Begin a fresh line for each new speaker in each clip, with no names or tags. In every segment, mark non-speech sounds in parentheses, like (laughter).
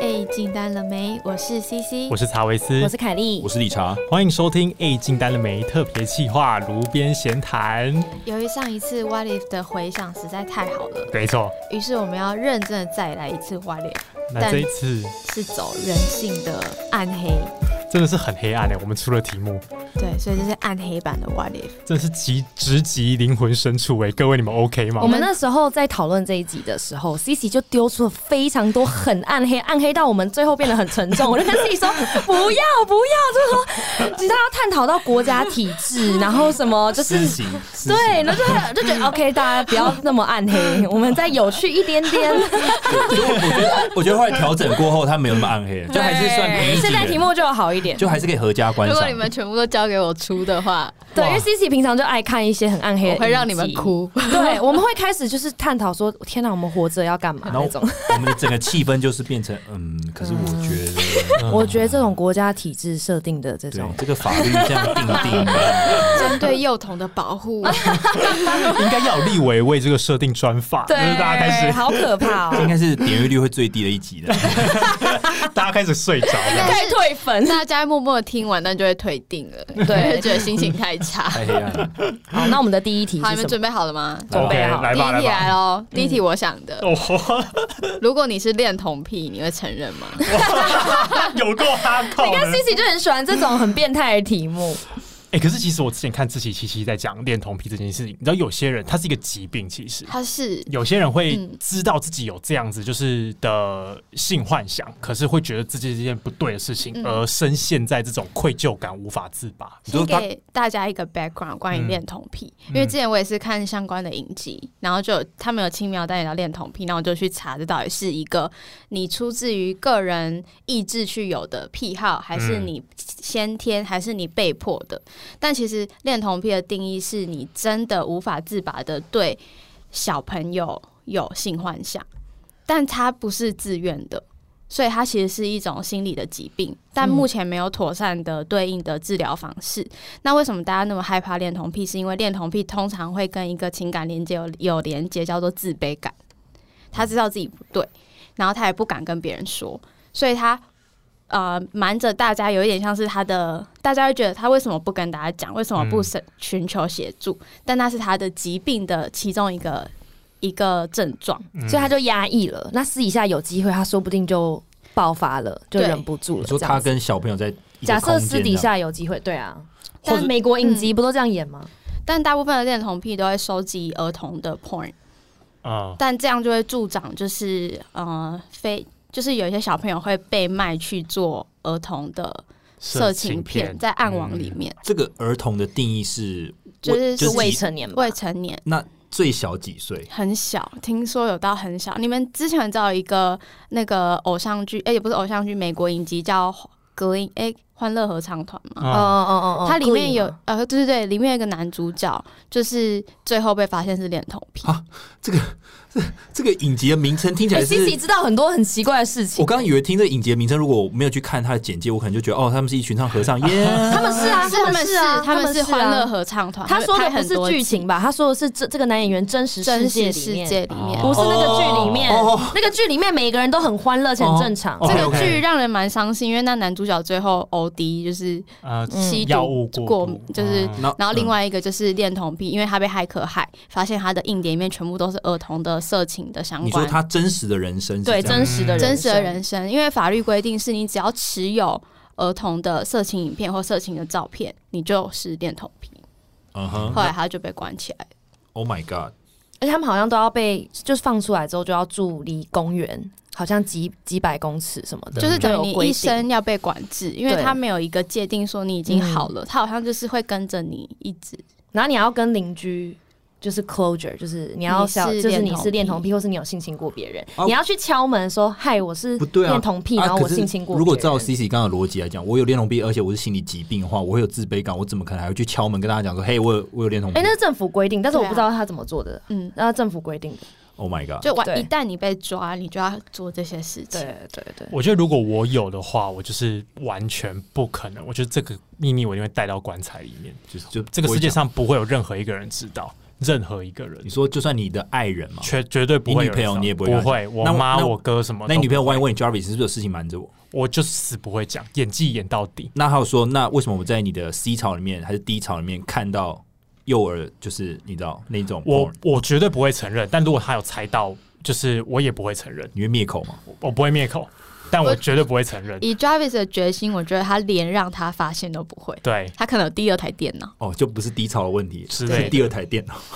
哎，进单了没？我是 CC，
我是查维斯
我，是凯莉
我，是理查，
欢迎收听《A 进单了没》特别企划《炉边闲谈》。
由于上一次 What If 的回响实在太好了，
没错，
于是我们要认真的再来一次 What If，
那
但
这一次
是走人性的暗黑，
真的是很黑暗的，欸我们出了题目，
对，所以这是暗黑版的 What If。
真的是极直击灵魂深处哎、各位你们 OK 吗
我？们那时候在讨论这一集的时候，Cici 就丢出了非常多很暗黑，暗黑到我们最后变得很沉
(laughs)
重。我就跟 Cici 说：“不要，不要！”就是说，其实他要探讨到国家体
(laughs)
制，然后什么就是
自己
对，然后就就觉得 OK，大家不要那么暗
(laughs)
黑，我们再有趣一点点。
就我觉得，我觉得后来调整过后，它没有那么暗黑，就还是算平
对
易近
现在题
人，
目就有好一点。
就还是可以合家观
如果
赏
你。们全部都交给我出
(laughs)
的话，
对，因为 Cici 平常就爱看一些很暗黑的，
我会让你们。哭。
对，我们会开始就是探讨说，天哪，我们活着要干嘛
然后嗯
那种。
我们的整个气氛就是变成，嗯，可是我觉得，
我觉得这种国家体制设定的这
对
种，
这个法律这样定定的，
(laughs) 针对幼童的保护，
应该要有立委为这个设定专法，就是大家
(laughs)
开始
好可怕
这应
(laughs) 哦，
该是点阅率会最低的一集的。
大家开始睡着了。
该是
退粉。
(laughs) 大家默默地听完，但就会退
(laughs)
订了，
对
就觉得心情太差。
哎
太黑暗了，
好，那我们的第一题
好，你们
是什
准
么？
备好了吗？
准备好
OK，来吧
第一
来
题
啊
来
吧。
喽，第一
嗯
题我想的，
哦，
如果你是恋童癖，你会承认吗？
有够哈靠
你看
的！
Cici 就很喜欢这种很变态的题目，
哎、可是其实我之前看自己七七在讲恋童癖这件事情，你知道有些人他是一个疾病，其实
他是
有些人会
嗯
知道自己有这样子就是的性幻想，可是会觉得自己是一件不对的事情，
嗯
而深陷在这种愧疚感无法自拔。
你说
先
他
给大家一个 background 关于
嗯
恋童癖，因为之前我也是看相关的影集，然后就有他们有轻描淡写到恋童癖，然后我就去查这到底是一个你出自于个人意志去有的癖好，还是
嗯
你先天，还是你被迫的？但其实恋童癖的定义是你真的无法自拔的对小朋友有性幻想，但它不是自愿的。所以它其实是一种心理的疾病，但目前没有妥善的对应的治疗方式。那为什么大家那么害怕恋童癖？是因为恋童癖通常会跟一个情感连接有有连接，叫做自卑感。他知道自己不对，然后他也不敢跟别人说，所以他呃瞒着大家，有一点像是他的，大家会觉得他为什么不跟大家讲，为什么不
嗯
寻寻求协助？但那是他的疾病的其中一个一个症状。
嗯
所以他就压抑了。那私底下有机会，他说不定就爆发了，就
对
忍不住
你
了。
说
这
他
样子
跟小朋友在一个
假设
空间
私底
这样，
下有机会，对啊，
但
但美国影集不都这样演吗？
但大部分的恋童癖都会收集儿童的 porn，
啊、
但这样就会助长就是呃非就是有一些小朋友会被卖去做儿童的色情片，在暗网里面，
这个儿童的定义是
就是
就是
未
未
嗯成年吧
未成年
那最小几岁？
很小，听说有到很小。你们之前知道一个那个偶像剧，哎、也不是偶像剧，美国影集叫《格林》哎，《欢乐合唱团》吗？
嗯
啊
哦哦
它里面有
Glee 吗
呃，对对对，里面有一个男主角，就是最后被发现是恋童
哦
癖。
这个影集的名称听起
哎
来是
，Cici 知道很多很奇怪的事
我
情。
刚刚以为听这个影集的名称，如果我没有去看它的简介，我可能就觉得哦，他们是一群唱合唱，
(laughs)
耶、
他们是啊，
他们
是啊，
他们是
啊
欢乐合唱团。
他说的
拍
不
很
是
多
剧
集
情吧？他说的是这这个男演员真实
真
世界
实
里
世
面，
界里面。
哦
不是那个剧里面，
哦
那个剧里面每个人都很欢乐，且很正常。
哦
这个
OK，OK
剧让人蛮伤心，因为那男主角最后 O D 就是
啊、
嗯
吸
药
毒
物过
过
度，
就是
啊
然后
然后另
嗯
外一个就是恋童癖，因为他被骇客害，发现他的硬碟里面全部都是儿童的色情的相
你说
关。
他真实的人生是
对，
这样
真实的人，
真实的。人生，因为法律规定是你只要持有儿童的色情影片或色情的照片，你就是恋童癖。
嗯哼
后来他就被关起来。
，Oh my God，
而且他们好像都要被，就是放出来之后就要住离公园，好像几几百公尺什么的，
就是等于
有
你
规
一
定
生要被管制，因为
对
他没有一个界定说你已经好了，他好像就是会跟着你一直。
然后你要跟邻居。就是 closure，就是你要
你是
小，就是
恋
你
童
是恋童
癖
癖，或是你有性侵过别人，
啊
你要去敲门说：“嗨，我是
不对啊，
恋童癖，
啊
然后我
可是
性侵过。”
如果照 C C 刚刚的逻辑来讲，我有恋童癖，而且我是心理疾病的话，我会有自卑感，我怎么可能还会去敲门跟大家讲说，嘿，我有我有恋童癖
哎、那是政府规定，但是我
对啊
不知道他怎么做的。
嗯，
那政府规定的，
？Oh my God，
就完
对
一旦你被抓，你就要做这些事情。
对对。
我觉得如果我有的话，我就是完全不可能。我觉得这个秘密我一定会带到棺材里面，
就是就
这个世界
不会讲
上不会有任何一个人知道。任何一个人
你，说就算你的爱人嘛，
绝绝对不会有人
你女朋友
知道
你也不会
不
跟她
会，
讲
我
那我
妈
那我
我哥什么，
那你女朋
友
友万一问你 Jarvis 是不是有事情瞒着我？
我就死不会讲，演技演到底。
那还有说，那为什么我在你的 C 槽里面还是 D 槽里面看到幼儿，就是你知道那种
我
porn，
我绝对不会承认，但如果他有猜到，就是我也不会承认，
你会灭口吗？
我不会灭口，但我
我
绝对不会承 (laughs) 认。
以 Jarvis 的决心，我觉得他连让他发现都不会，
对，
他可能有第二台电
(laughs)
脑。
哦，就不是 D 槽的问题，
之
是
类的
第二台电脑。
(laughs)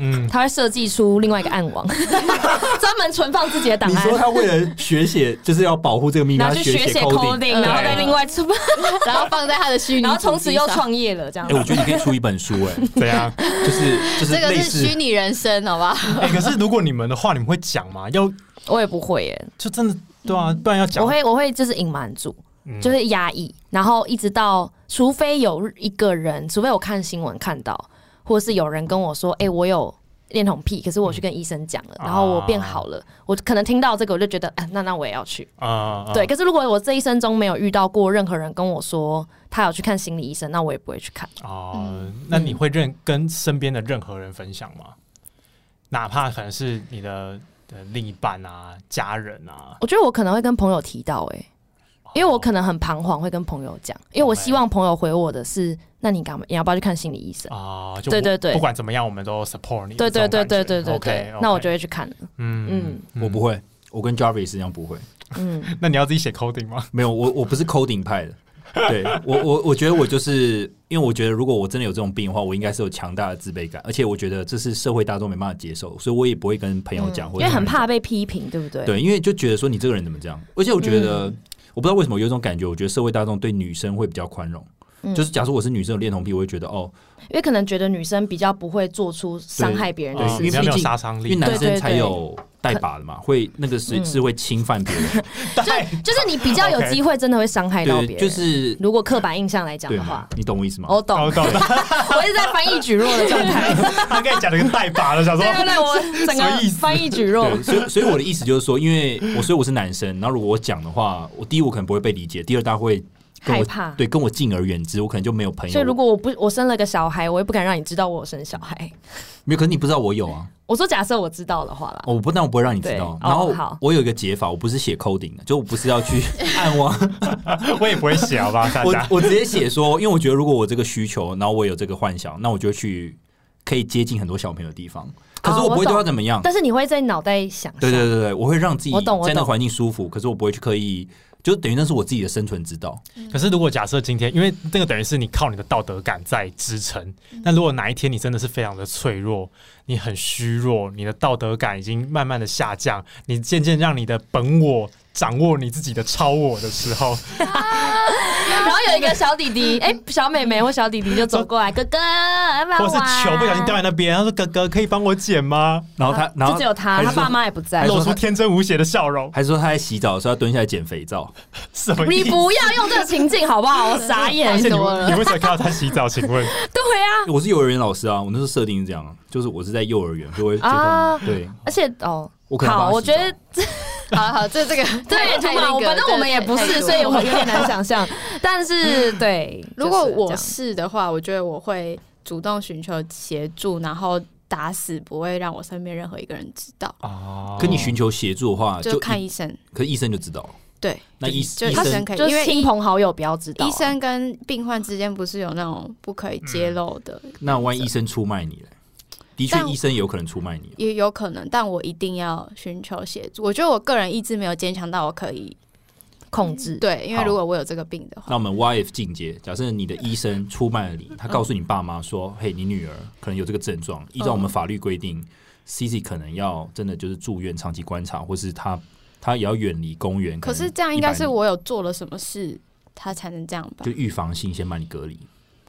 嗯，
他会设计出另外一个暗网，
(laughs)
专门存放自己的档
你说
案，
他为了学写，就是要保护这个秘密，
然
他
后去学
写
写
coding。
coding，然后再另外出，
然后放在他的虚拟，
(laughs) 然后从此又。创业了这样
哎、。我觉得你可以出一本书、哎，
对啊。
就是就是
这个
类
是虚
似，
拟人生，好
(laughs)
吧？
哎，可是如果你们的话，你们会讲吗？要
我也不会耶，
就真的对啊，不然要讲
我，会我会就是隐瞒住，
嗯
就是压抑，然后一直到除非有一个人，除非我看新闻看到，或是有人跟我说，哎、我有恋童癖，可是我去跟医生讲了，
嗯
然后我变好了，我可能听到这个我就觉得，啊，那那我也要去。
啊，啊
对，，可是如果我这一生中没有遇到过任何人跟我说他有去看心理医生，那我也不会去看。
哦，那你会认跟身边的任何人分享吗？哪怕可能是你的呃另一半啊、家人啊，
我觉得我可能会跟朋友提到、欸，因为我可能很彷徨，会跟朋友讲，因为我希望朋友回我的是，那你干嘛？你要不要去看心理医生？
啊，就
对
不
对对
不管怎么样，我们都 support 你
对
的这种感
对对
觉。
对对对
o
对
k
那我就会去看了。
嗯
嗯
我不会，我跟 Jarvis 一样不会。
嗯，
那你要自己写 coding 吗？
没有，我我不是 coding 派的。对我我我觉得我就是因为我觉得如果我真的有这种病的话，我应该是有强大的自卑感，而且我觉得这是社会大众没办法接受，所以我也不会跟朋友讲，或
嗯因
者
为
是
很怕被批评，对不对？
对，因为就觉得说你这个人怎么这样，而且我觉得、
嗯
我不知道为什么有一种感觉，我觉得社会大众对女生会比较宽容。
嗯
就是假如我是女生有恋童癖，我会觉得哦，
因为可能觉得女生比较不会做出伤害别人的
对
啊
事
比
因
较
情，
为
没有
毕竟
杀伤
因为
力，
男
对
生
对
才
对
有带把的嘛，会那个是
嗯
是会侵犯别人，
就就是你比较有
OK
机会真的会伤害到别
对，
人。
就是
如果刻板印象来讲
对
的
嘛
话，，哦
你懂我意思吗？
我懂，
搞哦懂，
(laughs) 我一直在翻译举弱的状
(laughs)
态。
他跟你讲了个带把了，想说
对对对，我整
什么意
个
思
翻译举弱。
对，所以所以我的意思就是说，因为我所以我是男生，然后如果我讲的话，我第一我可能不会被理解，第二大家会跟我
害怕
对，跟我敬而远之，我可能就没有朋友。
所以如果我不我生了个小孩，我也不敢让你知道我有生小孩。
没有，可是你不知道我有啊，
我说假设我知道的话啦，
我不但我不会让你知道。
对
然
哦好
后我有一个解法，我不是写 coding 的，就我不是要
(laughs)
去暗网，
啊
我也不会写，好吧，大
我
家。
我直接写说，因为我觉得如果我这个需求，然后我有这个幻想，那我就去可以接近很多小朋友的地方，可是
哦
我不
我
会
懂
对他怎么样。
但是你会在脑袋想象，
嗯对对对对，我会让自己
我懂我
在那
懂
环境舒服，可是我不会去刻意，就等于那是我自己的生存之道。
可是如果假设今天，因为那个等于是你靠你的道德感在支撑，
嗯
那如果哪一天你真的是非常的脆弱，你很虚弱，你的道德感已经慢慢的下降，你渐渐让你的本我掌握你自己的超我的时候，
然后有 (laughs) 一个小弟
(laughs)
弟，哎，小妹妹或小弟弟就走过来，哥哥，要不要
或是
玩
球不小心掉在那边，他说：“哥哥，可以帮我捡吗
然后
啊
他，然后
就只有他，
还
他
是说
爸妈也不在
还。”说
露出天真无邪的笑容，
还是说他在洗澡的时候要蹲下来捡
(laughs)
肥皂？
什么
你
意思？
不要用这个情境好不好？我傻眼
而。且你
太多了
你为什么看到他洗澡？请问，
对啊，
我是幼儿园老师啊，我那时候设定是这样啊，就是我是在幼儿园，所以我会觉得、
啊
对，
而且哦，
我可能帮
好，
他
我
洗
觉得
好好，这这个
对，也
太
图嘛，
那
我
个
反正我们也不
太
是，
多
所以
了 (laughs)
我有点难想象。但是
嗯
对，
如果
就是这
我
样
是的话，我觉得我会主动寻求协助，然后打死不会让我身边任何一个人知道，
(laughs) 哦
跟你寻求协助的话，
就
啊就
看
医，
医生。
可是医生就知道了。
对，
那医医
就医生
生
可以，
就
因
是
为
亲
医
朋好友不要知道啊，
医生跟病患之间不是有那种不可以揭露的，
那万一医生出卖你嘞？的确，
但
医生有可能出卖你。
也有可能，但我一定要寻求协助。我觉得我个人意志没有坚强到我可以
控制。
对，因为
好
如果我有这个病的
那
话，
我们 YF 进阶，假设你的医生出卖了你，他告诉你爸妈说：“嘿，你女儿可能有这个症
嗯
状，依照我们法律规定，Cici 可能要真的就是住院长期观察，或是他他也要远离公园。”
可是
能
这样应该
100
是
米
我有做了什么事，他才能这样吧
就？预防性先把你隔离。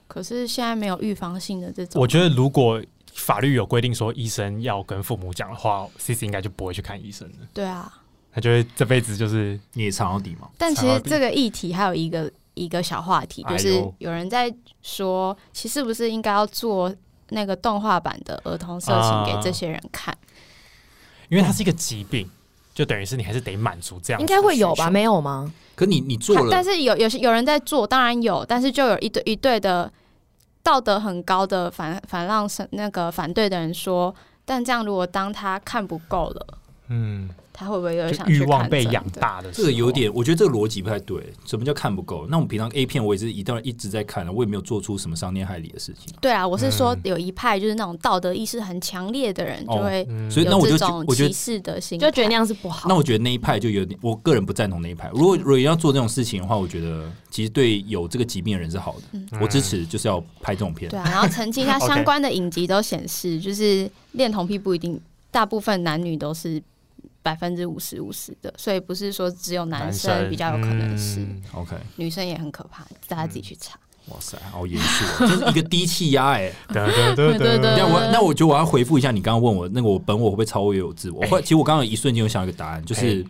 可是现在没有预防性的这种，
我觉得如果法律有规定说医生要跟父母讲的话，Cici 应该就不会去看医生了，
对啊。
他就会这辈子就是
你也尝到底嘛？
但其
才
实
会比
这个议题还有一个一个小话题，
哎
就是
呦
有人在说，其实是不是应该要做那个动画版的儿童色
啊
情给这些人看？
因为它是一个疾病，就等于是你还是得满足这样，
应该会有吧？？没有吗？
可你你做
他
了，
但是有有些有人在做，当然有，但是就有一对一对的。道德很高的反反让审那个反对的人说，但这样如果当他看不够了，
嗯，
他会不会又
就
想去
欲望
看
被
真
养
的？
大的时
这
候，
个有点，我觉得这个逻辑不太对。什么叫看不够？那我们平常 A 片，我也是一段一直在看，啊我也没有做出什么伤天害理的事情。
对啊，我是说
嗯
有一派就是那种道德意识很强烈的人，就
哦
会
嗯，
所以那我
有
就
这
觉
种
我觉
歧
得
视的心态，
就觉得那样是不好。
那我觉得那一派就有点，我个人不赞同那一派。如果如果要做这种事情的话，我觉得其实对有这个疾病的人是好的。我支持就是要拍这种片
嗯对。啊，然后曾
(laughs)
经它
OK
相关的影集都显示，就是恋童癖不一定，大部分男女都是百分之五十五十的，所以不是说只有男生比较有可能是，
嗯
OK，
女生也很可怕，大家自己去查。
哇塞，好严肃、哦，就是一个低气压哎。
得得得
(laughs) 对对
得，
对
那我那我觉得我要回复一下你刚刚问我那个我本我会不会超越我自我？我
哎
会，其实我刚刚有一瞬间有想到一个答案，就是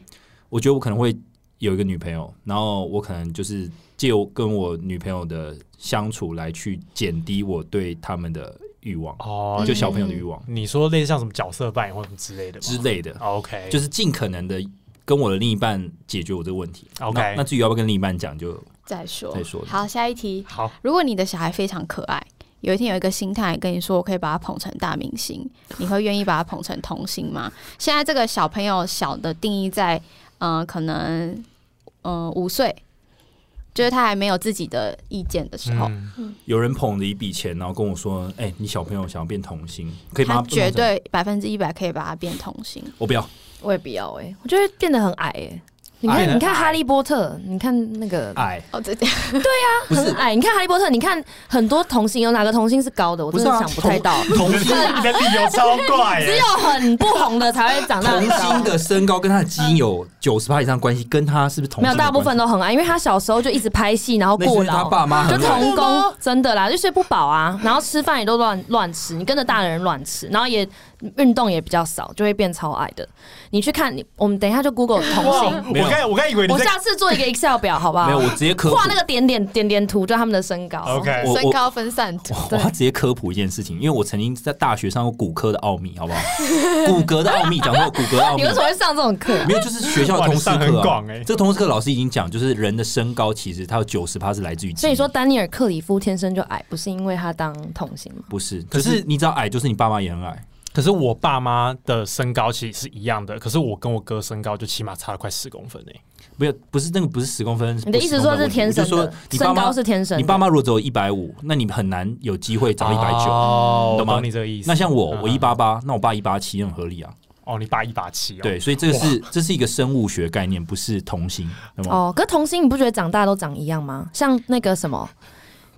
我觉得我可能会有一个女朋友，然后我可能就是借我跟我女朋友的相处来去减低我对他们的欲望，
哦，嗯
就小朋友的欲望
你说类似像什么角色扮演或什么之类的吗
之类
哦
的，
，OK，
就是是尽可能的跟我的另一半解决我这个问题。
OK
那那至于要不要跟另一半讲，就
再说，
嗯再说
好，下一题。
好，
如果你的小孩非常可爱，有一天有一个星探跟你说我可以把他捧成大明星，
(laughs)
你会愿意把他捧成童星吗？现在这个小朋友小的定义在，呃，可能，呃，五岁，就是他还没有自己的意见的时候，
嗯
有人捧着一笔钱，然后跟我说：“哎、你小朋友想要变童星，可以帮
他
他弄
绝
成
对百分之一百可以把它变童
(laughs)
星。
我不要。”
我也不要哎、我就会变得很矮哎、你
矮了
看，你看
矮
哈利波特，你看那个
矮
哦， (laughs) 这
啊不是
很矮，你看哈利波特，你看很多童星，有哪个童星是高的？我
不
真
是
的
啊
想不太到，
童
(laughs)
星欸
你的理由超
(laughs)
怪
只
耶
有，很不红的才会长那
童
很高
星。的身高跟他的基因有九十趴以上关系，跟他是不是同
没有，大部分都很矮，因为他小时候就一直拍戏，然后
那是因
过
为他
劳，
爸妈
就
很矮
童工，真的啦，就睡不饱啊，然后吃饭也都乱乱吃，你跟着大人乱吃，然后也运动也比较少，就会变超矮的。你去看，你我们等一下就 Google 童星，
我刚才我刚才以为你
我
在
下次做一个 Excel 表好不好？
没有，我直接科普
画那个点点点点图，就他们的身高。
OK，
我
身高分散图，
(laughs) 我要直接科普一件事情，因为我曾经在大学上过骨科的奥秘，
(laughs)
好不好？骨骼的奥秘讲过骨骼的奥
你
秘
为。什么会上这种课？
没有，就是学校的通识
哇你上
课
很
啊
广。欸
这个通识课老师已经讲，就是人的身高其实它有九十趴是来自于基因。
所以说，丹尼尔·克里夫天生就矮，不是因为他当童星吗？
不是？
可
可
是
是你只要矮，就是你爸妈也很矮。
可是我爸妈的身高其实是一样的，可是我跟我哥身高就起码差了快十公分欸诶、
没有，不是那个不是十公分。
你的意思说是天生
我就说
的，
你爸
身
妈
高是天生的。
你爸妈如果只有一百五，那你很难有机会长一百九。
哦，我
懂吗
懂你这个意思。
那像我，
嗯
我一八八，那我爸一八七，很合理啊。
哦，你爸一八七哦，，
对，所以这个是这是一个生物学概念，不是同性，懂吗？
哦，可是童星你不觉得长大都长一样吗？像那个什么，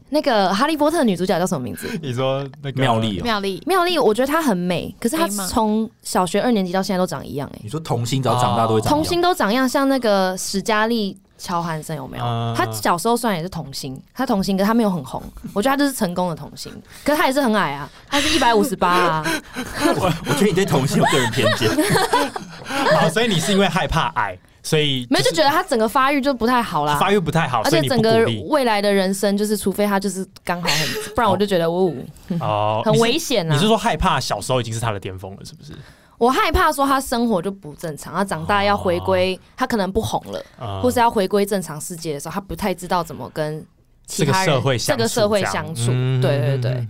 那个《哈利波特》女主角叫什么名字？
你说那个
妙丽哦，
妙丽
妙丽，我觉得她很美，可是她
美吗
从小学二年级到现在都长一样哎、
你说同性只要长大都会
哦
长
童
一样，
星都长一样，像那个史嘉丽·乔韩森有没有
嗯？
她小时候虽然也是童星，她童星，可她没有很红，我觉得她就是成功的童星，可是她也是很
(laughs)
矮啊，她是一百五十八啊。
(laughs) 我觉得你对同性有个人偏见， (laughs)
好，所以你是因为害怕矮，所以
(laughs) 没有就觉得他整个发育就不太好啦，
发育不太好，
而
所以
且
你不
整
鼓
个
励
未来的人生就是，除非他就是刚好很，不然我就觉得我
哦，
嗯很
你是
危险
你
啊
是！说害怕小时候已经是他的巅峰了，是不是？
我害怕说他生活就不正常，他长大要回归，他可能不红了，
嗯
或是要回归正常世界的时候，他不太知道怎么跟其
这嗯个
他
社
人
会
这个社会相处。对对对，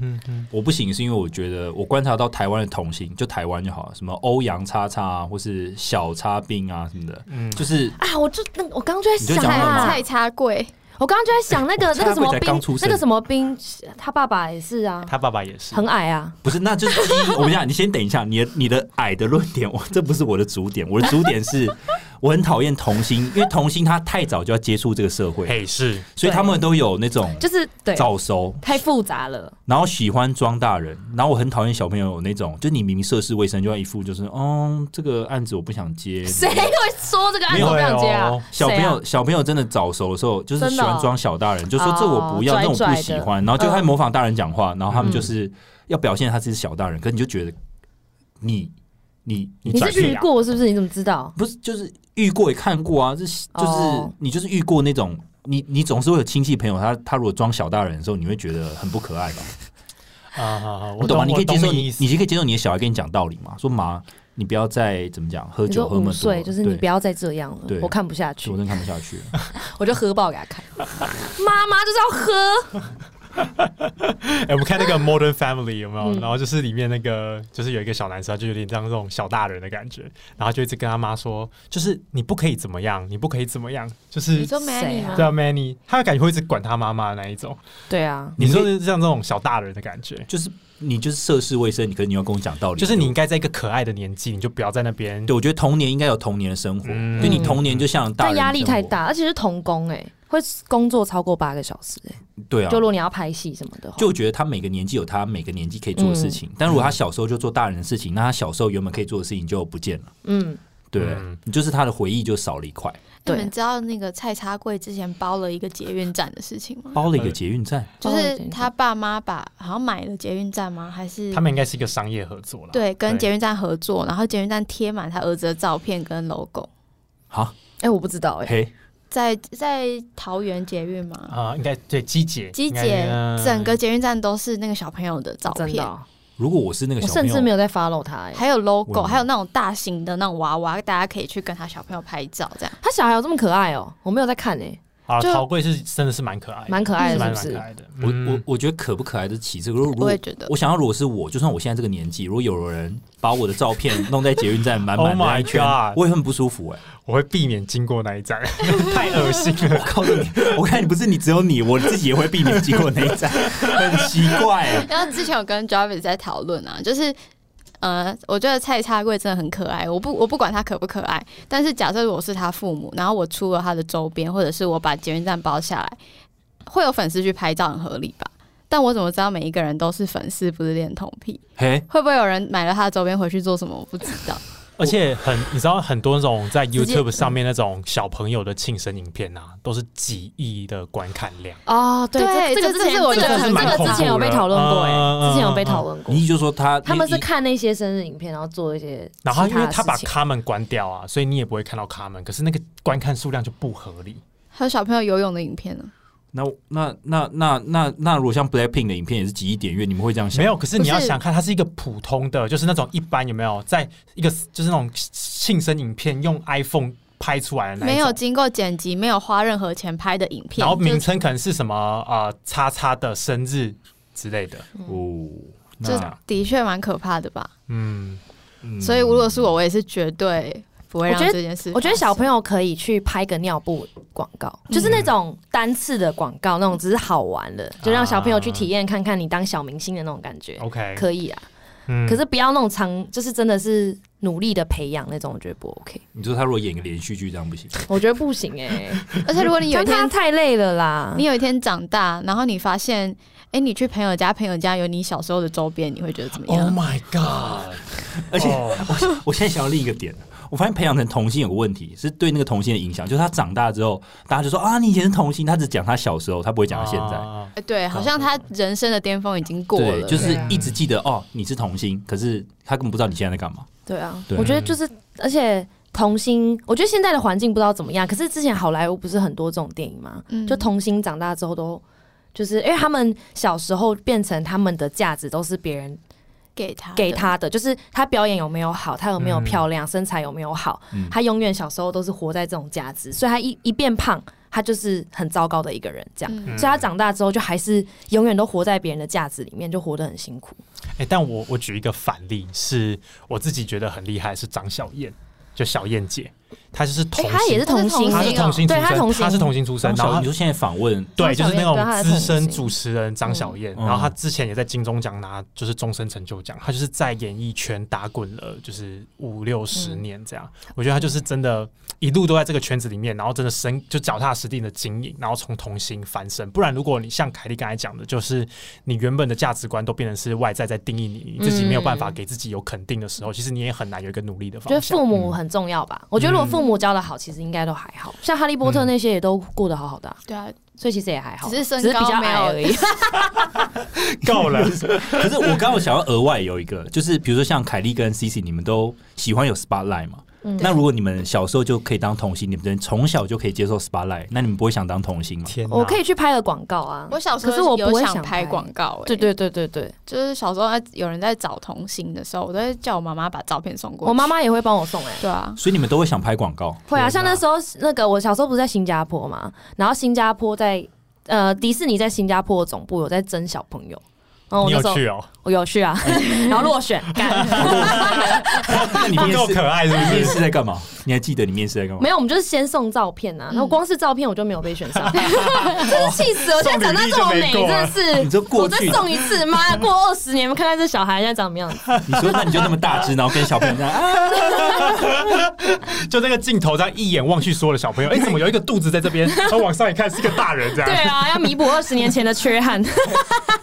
我不行是因为我觉得我观察到台湾的同性，就台湾就好了，什么欧阳叉叉啊，或是小叉兵啊什么的，
嗯
就是
啊！我就那我刚刚就在
你就
想
讲到
啊
哪，
菜插柜，
我刚刚就在想那个
我
那个什么
才刚
冰
出，
那
生
个什么冰，他爸爸也是啊，
他爸爸也是
很矮啊。
不是，那就是基因。我跟你讲，你先等一下，你的你 (laughs) 的矮的论点，我这不是我的主点，我的主点是 (laughs) 我很讨厌同性，因为同性他太早就要接触这个社会，
嘿是
所以他们都有那种
就是对，
早熟，
太复杂了。
然后喜欢装大人，然后我很讨厌小朋友有那种，就你明明涉世未深，就要一副就是，哦，这个案子我不想接。
谁会说这个案
没
子
有
不想接啊
哎呦？
小朋
谁啊
友，小朋友真的早熟的时候，就是
真
喜
的哦
欢装小大人，就说这我不要，
哦
那我
拽拽
不
的
喜欢，然后就开始模仿大人讲话，然后他们就是要表现他自己是小大人，可是你就觉得你你你
嗯你
拽
是遇
屁啊
过是不是？你怎么知道？
不是就是遇过也看过啊，这是就是、
哦
你就是遇过那种。你你总是会有亲戚朋友，他他如果装小大人的时候，你会觉得很不可爱吧？
啊，好好
我懂吗？你可以接受
我懂
你
意，思
你可以接受你的小孩跟你讲道理嘛？说妈，你不要再怎么讲，喝
你说
酒喝那
五
么多了，
岁，就是你不
要，
要再这样了
对，
我看不下去
我，真看不下去了。
我就喝爆给他看。妈妈就是要喝，
哎、我们看那
(laughs)
个 Modern Family 有没
嗯
有？然后就是里面那个，就是有一个小男生，就有点像这种小大人的感觉，然后就一直跟他妈说，就是你不可以怎么样，你不可以怎么样，就是
嗯
你说
谁
Manny
啊
吗？
对啊，Manny，他的感觉会一直管他妈妈的那一种。
对啊，
你说的是像这种小大人的感觉，
(laughs) 就是你就是涉世未深，你可能你要跟我讲道理，
就是你应该在一个可爱的年纪，你就不要在那边
对，我觉得童年应该有童年的生活，
嗯
就你童年就像大
但
人
压力
生活
太，大，而且是童工哎、会工作超过八个小时哎、
对啊，
就如
就
果你要拍戏什么的话，
我觉得他每个年纪有他每个年纪可以做的事
嗯
情，但如果他小时候就做大人的事情，那他小时候原本可以做的事情就不见了，
嗯，
对不嗯对，
嗯
你就是他的回忆就少了一块，
你
对
们知道那个蔡插柜之前包了一个捷运站的事情吗？
包了一个捷运站，
就
哦包了
是
捷运
他爸妈把好像买了捷运站吗？还是
他们应该是一个商业合作了。
对跟
对
捷运站合作，然后捷运站贴满他儿子的照片跟 logo，
好，
哎、我不知道哎、
嘿，
在在桃园捷运吗？
啊、应该对机姐，
机
应该
姐
嗯
整个捷运站都是那个小朋友的照
呃真
片
的，哦、
如果我是那个
我
小朋
甚至没
友，
有在 follow 他哎、
还有
我
logo，
也
还有那种大型的那种娃娃，大家可以去跟他小朋友拍照，这样
他小孩有这么可爱哦、我没有在看哎、
好了，
就
陶贵是真的是蛮可爱的，
蛮可爱
是蛮
的，是
蛮
不
可
是？
爱的。
我
嗯
我我觉得可不可爱的起这个，如果如
我
果
也觉得
我想要，如果是我，就算我现在这个年纪，如果有人把我的照片弄在捷运站满满
Oh
的
my
那一圈
God
我也很不舒服哎、
我会避免经过那一站， (laughs) 太恶心了。
我告诉你，我看你不是你只有你，我自己也会避免经过那一站，很奇怪、欸
然后之前有跟 Jarvis 在讨论啊，就是呃，我觉得蔡插柜真的很可爱，我不我不管他可不可爱，但是假设我是他父母，然后我出了他的周边，或者是我把捷运站包下来，会有粉丝去拍照，很合理吧？但我怎么知道每一个人都是粉丝，不是恋童癖？
嘿，
会不会有人买了他的周边回去做什么？我不知道。
(laughs) 而且很，你知道很多那种在
直接
YouTube 上面那种小朋友的庆生影片啊，都是几亿的观看量。
哦，对，
对
这这
这
个
这
之前
是我觉
这
得
个
很
这个之前有被讨论过哎、
嗯嗯嗯
之前有被讨论过。
你就说他
他们是
你
看那些生日影片，然后做一些其
然后因为
的
他把
事情
Common 关掉啊，所以你也不会看到 Common，可是那个观看数量就不合理。
还有小朋友游泳的影片呢？
那那那那那那，如果像 Blackpink 的影片也是几亿点阅，你们会这样想？
没有，可是你要
不是
想看，它是一个普通的，就是那种一般有没有，在一个就是那种庆生影片用 iPhone 拍出来的那一种
没有经过剪辑，没有花任何钱拍的影片，
然后名
就
称可能是什么呃叉叉的生日之类的。
哦，
就
那
的确蛮可怕的吧。
嗯，
嗯
所以如果是我，我也是绝对不会让
我觉得
这件事发生。
我觉得小朋友可以去拍个尿布广告，就是那种单次的广告，那种只是好玩的，就让小朋友去体验看看你当小明星的那种感觉，
OK，
可以啊。
嗯
可是不要那种长，就是真的是努力的培养那种，我觉得不 OK，
你说他如果演个连续剧这样不行，
我觉得不行哎，
(laughs) 而且如果你
因
有
为
一
他
天，
太累了啦
你。有一天长大，然后你发现，哎、你去朋友家，朋友家有你小时候的周边，你会觉得怎么
Oh
哦
样？
my God！
(laughs) 而且
哦
我我现在想到另一个点，我发现培养成童星有个问题，是对那个童星的影响，就是他长大之后，大家就说啊，你以前是童星，他只讲他小时候，他不会讲他现在。
啊
哎对，好像他人生的巅峰已经过
对，
了，
就是一直记得哦，你是童星，可是他根本不知道你现在在干嘛。
对啊，
对
我觉得就是，而且童星，我觉得现在的环境不知道怎么样，可是之前好莱坞不是很多这种电影吗？
嗯
就童星长大之后都。就是因为他们小时候变成他们的价值都是别人
给他的
给，他的，就是他表演有没有好，他有没有
嗯
漂亮，身材有没有好，
嗯
他永远小时候都是活在这种价值，所以他一一变胖，他就是很糟糕的一个人，这样，
嗯
所以他长大之后就还是永远都活在别人的价值里面，就活得很辛苦。
哎、但我我举一个反例，是我自己觉得很厉害，是张小燕，就小燕姐，她就是
哎、
童
他也
星
是，童星，哦
她是童星出
对
身，
他童星，
她是童星出身，然
张小
后
燕，
她
你说现在访问
对，就是那种
张小燕对她是
资深
童星
主持人张小燕，
嗯
然后她之前也在金钟奖拿就是终身成就奖，她就是在演艺圈打滚了就是五六十
嗯
年这样，我觉得她就是真的，一路都在这个圈子里面，然后真的深就脚踏实地的经营，然后从童星翻身。不然，如果你像凯莉刚才讲的，就是你原本的价值观都变成是外在在定义你，
嗯
你自己没有办法给自己有肯定的时候，其实你也很难有一个努力的
我觉得
方向嗯
父。母很重要吧。我觉得如果父母教的好，其实应该都还好。像哈利波特那些也都过得好好的
嗯
啊、
对
嗯
啊，
所以其实也还好，
只是身
比较
高没有
矮
(laughs)
而已。
啊够了，
(laughs) 可是我刚刚有想要额外有一个，就是比如说像凯莉跟 CC，你们都喜欢有 spotlight 嘛？那如果你们小时候就可以当童星，你们从小就可以接受 spotlight，那你们不会想当童星吗？
天哪！
我可以去拍个广告啊。
我小时
可是
候
我不
有
会
想
拍
拍广告、欸，
对，对对对对，
就是小时候啊有人在找童星的时候，我都会叫我妈妈把照片送过去。
我妈，妈也会帮我送哎、
对啊，
所以你们都会想拍广告，
会啊，
天
像
哪
那时候那个我小时候不是在新加坡嘛，然后新加坡在呃，迪士尼在新加坡的总部有在征小朋友，然后我
你
那
有
时候
去
(laughs)
哦，
我
(laughs)
有去啊，然后落选，干
那你
不
面
够
试
可爱是不
(laughs)
你面
是？
试在干嘛？你还记得你面试在干嘛？
没有，我们就是先送照片啊，然后光是照片我就没有被选 (laughs) 上，真是气死我！
送
现在长大这么
履历
美，
就没
真
过啊
的是，
你就过
我再
去
送一次，妈，过二十年看看这小孩现在长什么 (laughs) 样子。
你说那你就那么大只，然后跟小朋友这样，啊
就那个镜头这样一眼望去，所有的小
(laughs)
朋友，哎，怎么有一个肚子在这边？然后往上一看，是个大人这
对
样。
啊，要弥补二十年前的缺 (laughs) 憾。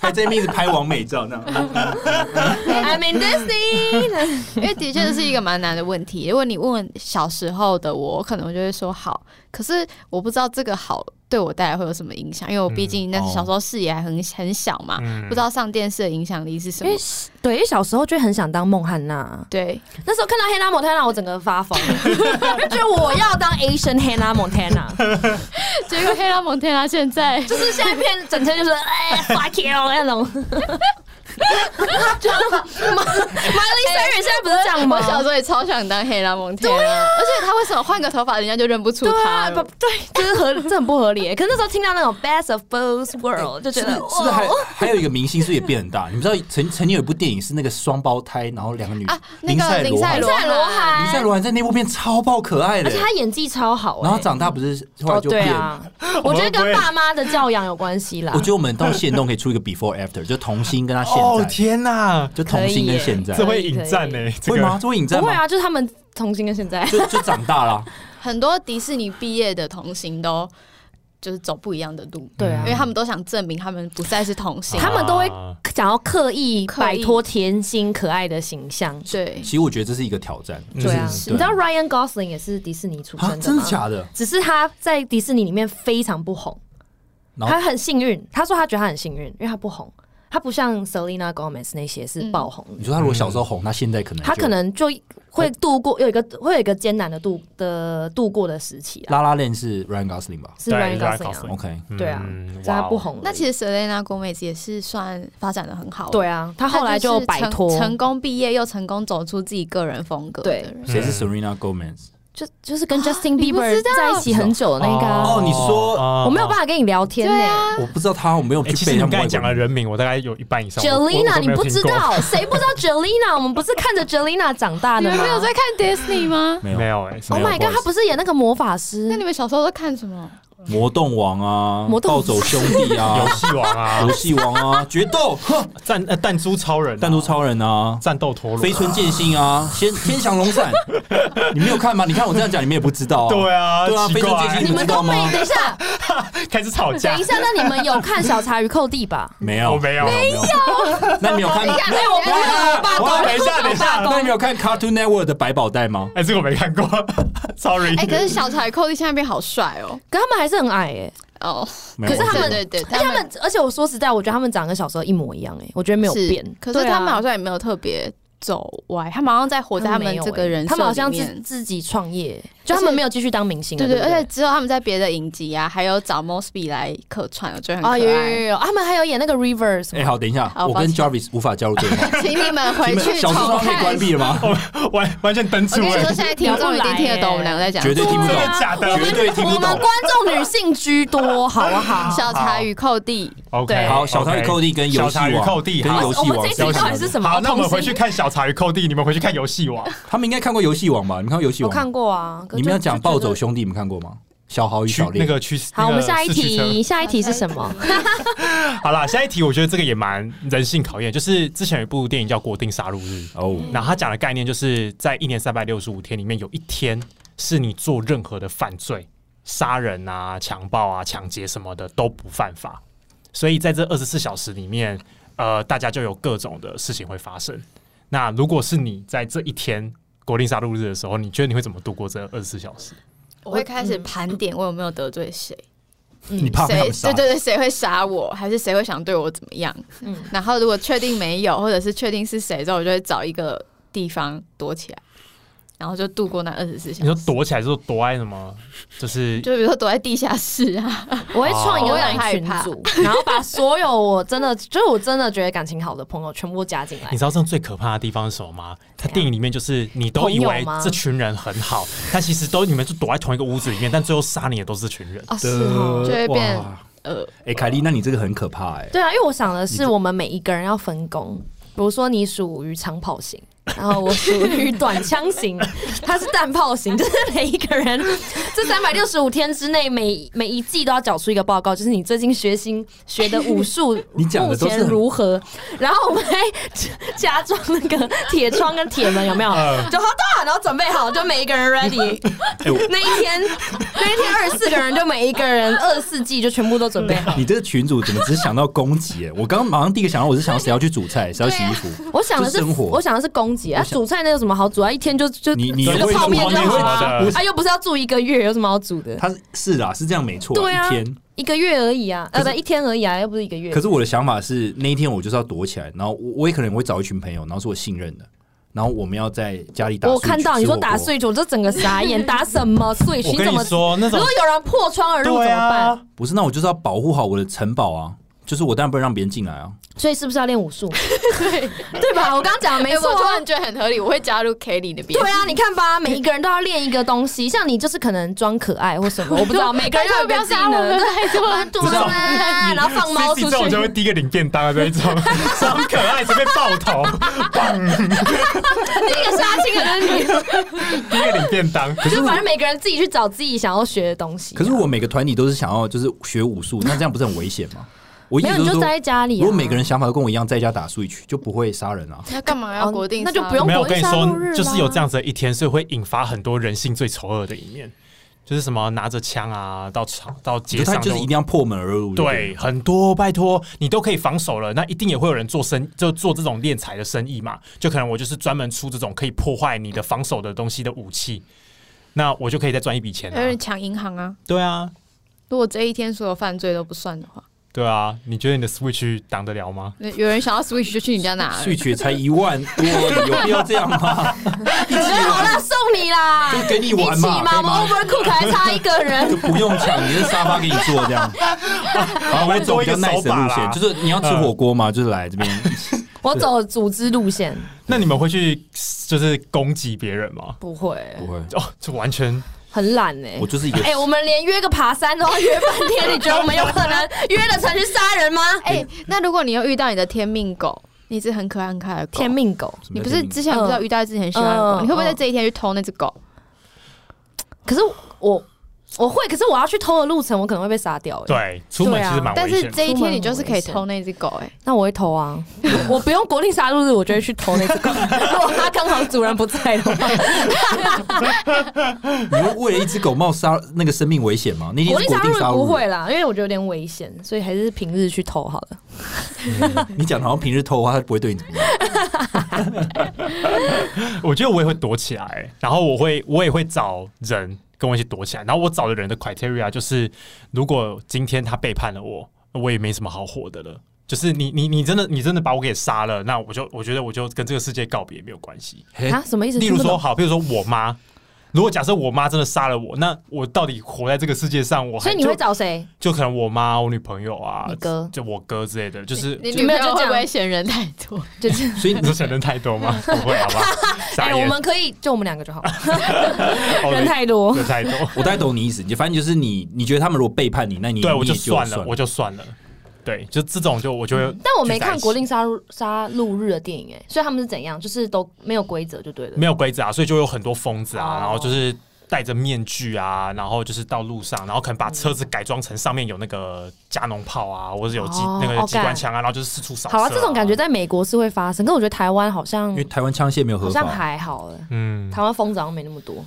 还在那边一直拍完美照那样。
I'm in Disney。
(laughs) 因为的确这是一个蛮难的问题。如果你问小时候的我，我可能我就会说好，可是我不知道这个好对我带来会有什么影响，因为我毕竟那
嗯哦
小时候视野还很很小嘛，
嗯
不知道上电视的影响力是什
因
么
为。对，因为小时候就很想当孟汉娜，
对，
那时候看到 Hannah Montana，我整个发 (laughs) 疯，就觉得我要当 Asian Hannah Montana，
结果黑拉蒙天拉现
(laughs)
在
就是现在片整天就是 (laughs) 哎 fuck you 那 (laughs) 种。就 Miley Cyrus 现在不是这样吗？啊
我小时候也超想当黑拉蒙天拉，而且他为什么换个头发人家就认不出
对
他
啊，不
了？
对， (laughs) 就是合这很不合理。欸可是那时候听到那种 Best of Both World，就觉
是不
得
是是不是
哇哦
还还有一个明星是不是也变很大？你们知道曾曾经有一部电影是那个双胞胎，然后两个女
啊，那个
林
林赛
赛
罗
罗
罗涵
涵，林赛罗涵在那部片超爆可爱的
而且，他演技超好、欸，
然后长大不是后来
哦，
就
对
变。
啊， (laughs) 我
(laughs)
觉得跟爸妈的教养有关系啦
我。觉得我们到现动可以出一个 before after，就童星跟他现
哦
在，
天哪，
就童星跟现在
这，会引战呢？这
会
个
吗？这会引战
不会
吗？
啊，就是他们童心跟现
(laughs)
在，
就就长大
(laughs)
了，
很多迪士尼毕业的童星都就是走不一样的路，
对
因
啊
为，他们都想证明他们不再是童星。
他们都会
啊
想要刻意
刻意
摆脱甜心可爱的形象。
对
其，实我觉得这是一个挑战，
嗯
就是
对啊，
对
你知道 Ryan Gosling 也是迪士尼出
啊，
生的
真的
吗？
假的？
只是他在迪士尼里面非常不红，
然后
他很幸运。他说他觉得他很幸运，因为他不红，他不像 Selena Gomez 那些是爆红
你
的，
说他如果小时候红，他现在可能
他
就
可能就会度过有一个会有一个艰难的度的度过的时期啦。啊
拉拉链是 Ryan Gosling 吧
是
对 Ryan
Ryan Gosling 啊
Gosling
？OK，
对啊
嗯，
所以他
哇哦
不红了。
那其实 Selena Gomez 也是算发展的很好，
对，啊，他后来
就
就是摆
成
脱
成功毕业，又成功走出自己个人风格的
对
人。
谁是
嗯
Serena Gomez？
就就是跟 Justin
你不
Bieber
知道
在一起很久的那个啊、
哦你说
我没有办
法。
法跟你聊天呢、
对啊，
我不知道他，我没有
哎，其
去
实
背
你
他
们
们
刚才
外
讲
国
了
人。
人名，我大概有一半以上。我我我
Jelena，
都
你
没有
不
听
知
过
道，谁不知道 Jelena？我们不是看着 Jelena 长大
你
的
们
吗
没有在看 Disney 吗？
没
没
有
有哎
没
？Oh
有
my god，
不好意思
他不是演那个魔法师
那？你们小时候都看什么？
魔动王啊，
魔动
暴走兄弟啊
(laughs) 游，戏王
(laughs)
啊
游，戏王啊，决斗，
(laughs)
哼，
战呃弹珠超人啊，
弹珠超人
(laughs)
啊，
战斗陀螺，
飞春剑心啊，先天翔龙
(laughs)
闪，你没有看吗？你看我这样讲，你们也不知道啊。
对啊，
对啊，
奇
飞春剑
怪，
心
你
你们
们
知道
都没
吗？
等一下，
(laughs)
开始吵架
等一。下，那你们有看《小茶与寇弟》吧？
没
我
有，
没有，
没有。那你们有看？
没有，哎我不会罢
哇等一下，等一下，
那你们有看 Cartoon Network 的百宝袋吗？
哎，这个我没看过 (laughs) ，sorry
哎、。可是小柴寇弟现在变好帅哦！
可他们还是很矮哎、
哦，
没有
可是他们
我
对对，
而且他们，而且我说实在，我觉得他们长得跟小时候一模一样哎、我觉得没有
是
变。
可是
对啊
他们好像也没有特别走歪，他们好像在活在他
没
们
有
这个
欸
人设
他们好像
里
自
面
自己创业，就他们没有继续当明星了。
对
对
对，
不
而
对，
且之后他们在别的影集啊，还有找 Mosby 来客串，我觉得很可
哦，有有有
爱。
有，他们还有演那个 Rivers，
哎，好，等一下，
好
我跟
抱歉
Jarvis 无法加入对话。
请你们回
你们
去
小
重
时候可以
看
关。闭了吗？
(laughs) 完完全登
我
出
跟你说，
了
现，在听众一定听得懂我们两个在讲什
绝
么。
对听不
真
懂
的，假的
绝对听
啊我
不
们
懂
观。众女性居多，好不好？
小茶与寇弟，
OK，
对
好，小茶与寇弟跟游戏
小茶与
王，
寇弟
跟
好
游
我
戏
们
王
这一
是有
集
相
到
关
底
的，
是什么？
好，那我们
童
回
星
去看小茶与寇弟，你们回去看游戏王。
他们应该看过游戏王吧？你们看过游戏
我
王吗？
看过啊，可
你
是就
们要讲
就
暴
觉得
走兄弟，你们看过吗？小豪与
去
小烈
那个去
好，我们下一。
那个四驱车
题，下一题是什么？
好啦，下一题我觉得这个也蛮人性考验，就是之前有一部电影叫《国定杀戮日》，
哦，
然后他讲的概念就是在一年三百六十五天里面有一天是你做任何的犯罪，杀人啊、强暴啊、抢劫什么的都不犯法，所以在这二十四小时里面，呃，大家就有各种的事情会发生。那如果是你在这一天国定杀戮日的时候，你觉得你会怎么度过这二十四小时？
我会开始盘点我有没有得罪谁，
嗯
你怕被他
谁
们杀
对？对对，谁会杀我，还是谁会想对我怎么样？
嗯
然后如果确定没有，或者是确定是谁之后，我就会找一个地方躲起来，然后就度过那二十四小
你说
时。
躲起来，就是躲在什么？就是
就比如说躲在地下室啊，
我会创一个
哦
赖群组，然后把所有我真的就是我真的觉得感情好的朋友全部加进来
你。知道这最可怕的地方是什么吗？他
怎样
电影里面就是你都以
朋
为
友吗
这群人很好， (laughs)
啊
但其实都你们就躲在同一个屋子里面，但最后杀你的都是这群人。
哦是哦，就会变
哇
恶。
呃
哎，凯莉，那你这个很可怕哎。
对啊，因为我想的
你
是，
这
我们每一个人要分工，比如说你属于长跑型。然后我属于短枪
(laughs)
型，他是弹炮型，就是每一个人这三百六十五天之内，每每一季都要缴出一个报告，就是你最近学新学的武术
(laughs) 你讲
目
的都是
前
很
如何。然后我们还加装那个铁窗跟铁门，有没有？
嗯
就好到，然后准备好，就每一个人 ready。那
(laughs) 哎
一天，那一天二十四个人，就每一个人二十四季就全部都准备好。
(laughs) 你这个群主怎么只想到攻击？哎，我刚刚马上第一个想到我是想谁要去煮菜，谁要洗衣服。
我想的
就是是生活
我想的是供给啊，煮菜那有什么好煮啊？一天就就
你你
煮
也
个
会
泡面
煮
就
吗
好
你
啊
也会煮，
啊又不是要住一个月，有什么好煮的？
他是是啦，是这样没错
对
啊，
啊
一天。
一个月而已啊，
可
呃，
是
不，一天而已啊，又不是一个月
可。是我的想法是，那一天我就是要躲起来，然后我我也可能会找一群朋友，然后是我信任的，然后我们要在家里打。
我看到你说打，碎我就整个傻眼，打什么碎？
我
你
跟
怎
你
么？
说，那
如
种
果有人破窗而入怎
对
么
啊
办？，
不是，那我就是要保护好我的城堡啊，就是我当然不能让别人进来啊。
所以是不是要练武 (laughs) 术？对对吧？我刚刚讲的没
哎
错
我突
啊。
然觉得很合理，我会加入 Kelly 那边。
对啊，你看吧，每一个人都要练一个
(laughs)
东西，像你就是可能装可爱或什么，我不知道，每个人都有一
不
个
要
技
杀我
能
们，，拜托。
肚 (laughs) 子啊，然后放猫
CC
出
这种
去
就。会第一个领便当的那一
(laughs)
种，装可爱直接爆头，
第一个杀青的
(laughs)
就是
第一个领便
(laughs)
当。
你，就反正每个人自己去找自己想要学的东西。啊
可是我每个团体都是想要就是学武
(laughs)
术，那这样不是很危险吗？我一
没
直
有，
都
你
是
就
说，
待在家里啊、
如果每
(laughs)
个人想法都跟我一样，在家打数一曲就不会杀人啊。
那干嘛
哦
要国定
那
杀？
就不用
没有，我
国
跟
际
你
杀戮日
说，
啦
就是有这样子的一天，所以会引发很多人性最丑恶的一面，就是什么拿着枪啊，到场到
就
街
他
上
就是
都
一定要破门而入。
对，
不，
很多拜托你都可以防守了，那一定也会有人做生就做这种敛财的生意嘛？就可能我就是专门出这种可以破坏你的防守的东西的武器，那我就可以再赚一笔钱、
还有人
啊。
抢银行啊！
对啊，
如果这一天所有犯罪都不算的话，
对啊，你觉得你的 Switch 挡得了吗？
那有人想要 Switch 就去你家拿了。
数一曲才一万多，有必要这
(laughs)
样吗？
好啦，送你啦，
就给你
一
玩
起
嘛，
嘛，我们
可以吗？
Overcook 还差一个人
(laughs) 就。不用抢，你的沙发给你坐
(laughs)
这样。好，我们走比较 nice 的路线，就是你要吃火锅嘛，就是来这边。
我走组织路线，
那你们会去就是攻击别人吗？
不会，
不会，
哦，这完全
很懒哎、
我就是一个
哎、我们连约个爬山都要约半天，你觉得我们有可
(laughs)
能约得成去杀人吗？
哎、那如果你又遇到你的天命狗，你是很可爱很可爱的狗，
天，命狗，
什
你
么叫
不是
天命
之前不是有遇到一只很喜欢的狗，
嗯
你会不会在
嗯
这一天去偷那只狗？
可是我我会，可是我要去偷的路程，我可能会被杀掉、欸。，
对，出门
对啊
其实蛮
但
危
是
险的。
这一天你就是可以偷那只狗、哎，
那我会偷啊， (laughs) 我我不用国定杀戮日，我就会去偷那只狗。 (laughs) 如果他刚好主人不在的话，
你会为了一只狗冒杀那个生命危险吗？那天
国
是
定
国
杀
定
戮日
杀
不
戮
会
日，
啦，因为我觉得有点危险，所以还是平日去偷好了。
你讲的好像平日偷的话，它不会对你怎么样。
(laughs) 我觉得我也会躲起来，然后我会我也会找人跟我一起躲起来，然后我找的人的 criteria 就是，如果今天他背叛了我，我也没什么好活的了。就是你你你真的你真的把我给杀了，那我就我觉得我就跟这个世界告别没有关系。
嘿
啊，什么意思？
例
听
如
不懂
说，好，比如说我妈，如果假设我妈真的杀了我，那我到底活在这个世界上，我还
所以你会
就
找谁？
就可能我妈、我女朋友啊，
你哥
就我哥之类的，就是
你
就
女
没
朋
有
友
就这
会
样
不会嫌人太多？
就是
所以
你说想人太多吗？
(laughs)
不会，好吧？傻
哎，我
眼，
们可以就我们两个就好，
哦
人太多。
人太多。
我大概懂你意思，你反正就是你，你觉得他们如果背叛你，那你
对，
你
我就
也
算了，
了，
我就算了。对，就这种就我就会
嗯但我没看
聚在一起
国定杀戮杀戮日的电影，哎，所以他们是怎样？就是都没有规则就对了。
没有规则啊，所以就有很多疯子啊，
哦
然后就是戴着面具啊，然后就是到路上，然后可能把车子改装成上面有那个加农炮啊，或者有机、
哦
那个
哦
机关枪啊，然后就是四处扫射、
好啊，这种感觉，在美国是会发生，可我觉得台湾好像
因为台湾枪械没有
好
合
像
法，
还好了。
嗯，
台湾疯子好像没那么多，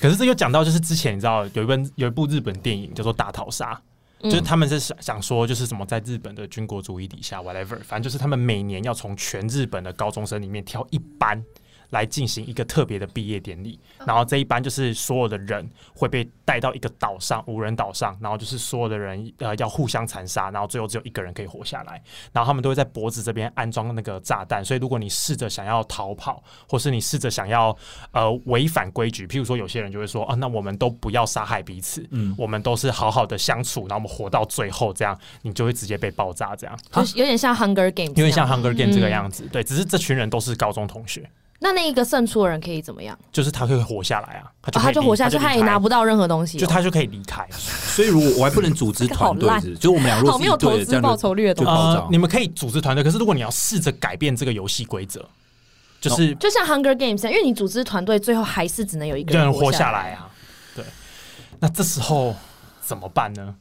可是这又讲到就是之前你知道有一本有一部日本电影叫做《大逃杀》。
嗯
就是他们是想想说，就是什么在日本的军国主义底下，whatever，反正就是他们每年要从全日本的高中生里面挑一班来进行一个特别的毕业典礼，然后这一班就是所有的人会被带到一个岛上，无人岛上，然后就是所有的人呃要互相残杀，然后最后只有一个人可以活下来，然后他们都会在脖子这边安装那个炸弹，所以如果你试着想要逃跑，或是你试着想要呃违反规矩，譬如说有些人就会说啊，那我们都不要杀害彼此，
嗯
我们都是好好的相处，然后我们活到最后，这样你就会直接被爆炸，这样
就是有点像 Hunger Game，
有点像 Hunger Game 这个样子，对，只是这群人都是高中同学，
那那一个胜出的人可以怎么样？
就是他可以活下来啊，他
哦
就、
他就活下去，他
他
也拿
不，
不到任何东西哦、
就他就可以离开。啊
所以如果我还不能组织团
(laughs)
队
这个好，烂
是不是就是我们俩如果
好
是
没
一
有投
队的，这
资
样
报
就
酬率的
就
东西。
爆
呃
炸，
你。们可以组织团队，可是如果你要试着改变这个游戏规则，就是
就像 Hunger Games，一样因为你组织团队，最后还是只能有一个
让人
人
活下
下
来。啊。对，那这时候怎么办呢？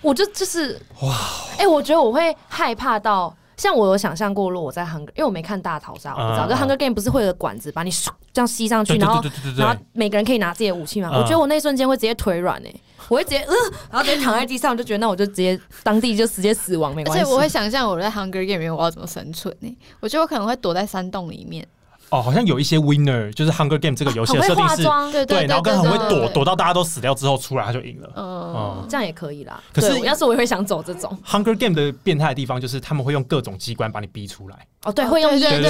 我就就是哇，哎、我觉得我会害怕到，像我有想象过，如果我在 Hunger，因为我没看大逃杀，我不知道，
嗯
就
嗯
Hunger Game 不是会有个管子把你唰这样吸上去，
对
然
对
后
对对对
然
对
后，每个人可以拿自己的武器嘛？
嗯
我觉得我那一瞬间会直接腿软哎、我会直接呃，然后直接躺在地上，我就觉得那我就直接当地就直接死亡没
而
关
且
系。
我会想象我在 Hunger Game 里面我要怎么生存呢、我觉得我可能会躲在山洞里面，
哦，好像有一些 winner，就是 Hunger Game 这个游戏
啊
的
很会
设定
化
是，
妆，
对
对，
对，
然后跟很会
对
躲，躲到大家都死掉之后出来，他就赢了。
嗯，
这样也可以啦。
可是
对要是我也会想走这种
Hunger Game 的变态的地方就是他们会用各种机关把你逼出来，
哦，对，会用
对对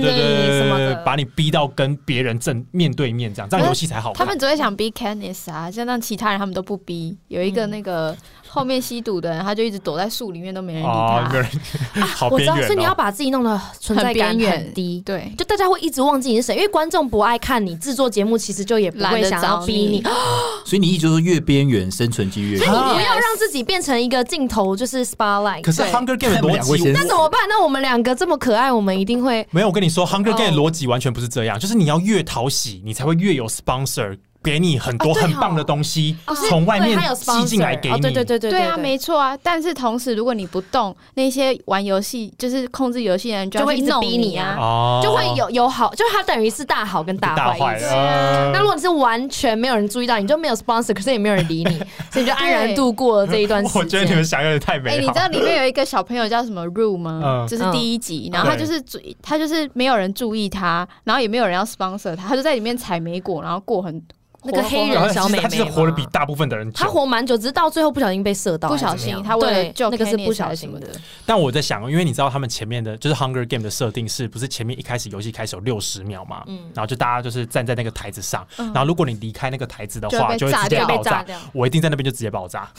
对对
圈什么的，
把你逼到跟别人正面对面这样，这样游戏才好玩。
他们只会想逼 Candice 啊，像让其他人他们都不逼。有一个那个后面吸毒的人，他就一直躲在树里面，都没人理
哦，没
他。
有人好
我知
边
道，
缘
所以你要
哦。
把自己弄得存在感
很边缘
很低，
对，
就大家会一直忘记你是谁，因为观众不爱看你，制作节目其实就也不会想要逼你
(laughs)
懒得找，
所以你意思就是越边缘生存机越
所以
高
你不要让自己变成一个镜头就是 spotlight。
啊可是 Hunger Game 的
他们两
逻
位
辑
先。
那怎么办？那我们两个这么可爱，我们一定会
没有，我跟你说，Hunger Game 的
哦
逻辑完全不是这样，就是你要越讨喜，你才会越有 sponsor，给你很多
哦对哦
很棒的东西，
哦是
从外面
对他有
吸
sponsor
进来给
哦
你。
对对对对
对啊，没错啊。但是同时，如果你不动，那些玩游戏就是控制游戏的人
就
要
会
去
一直
弄
逼
你哎
你啊
哦，
就会有有好，就它等于是大好跟大
大
坏
坏
一
了。
起。
呃
那如果你是完全没有人注意到，你就没有 sponsor，可是也没有人
(laughs)
理你，所以你就安然度过了这一段时
(laughs)
间。
我觉得你们想有点太
哎、
美
你
好
知。道里面有一个小朋友叫什么 Rue 吗？
嗯
就是第一集，然后他就是注，他就是没有人注意他，然后也没有人要 sponsor 他，他就在里面采莓果，然后过很
那个
活
黑
(laughs) 然
人
后
小
其
美
实
眉
他
嘛
其实活得比大部分的人久
他。活蛮久，只是到最后不小心被射到，
不小
还
心，
怎么样
他为了
对
救
那个是
Kenneth
不小
什
心
么的
的。，
但我在想，因为你知道他们前面的就是 Hunger Game 的设定是不是前面一开始游戏开始有六十秒嘛？
嗯
然后就大家就是站在那个台子上，
嗯
然后如果你离开那个台子的
就会
话，
被
就会
炸
直接
掉
爆炸。
掉。
我一定在那边就直接爆
(laughs)
炸，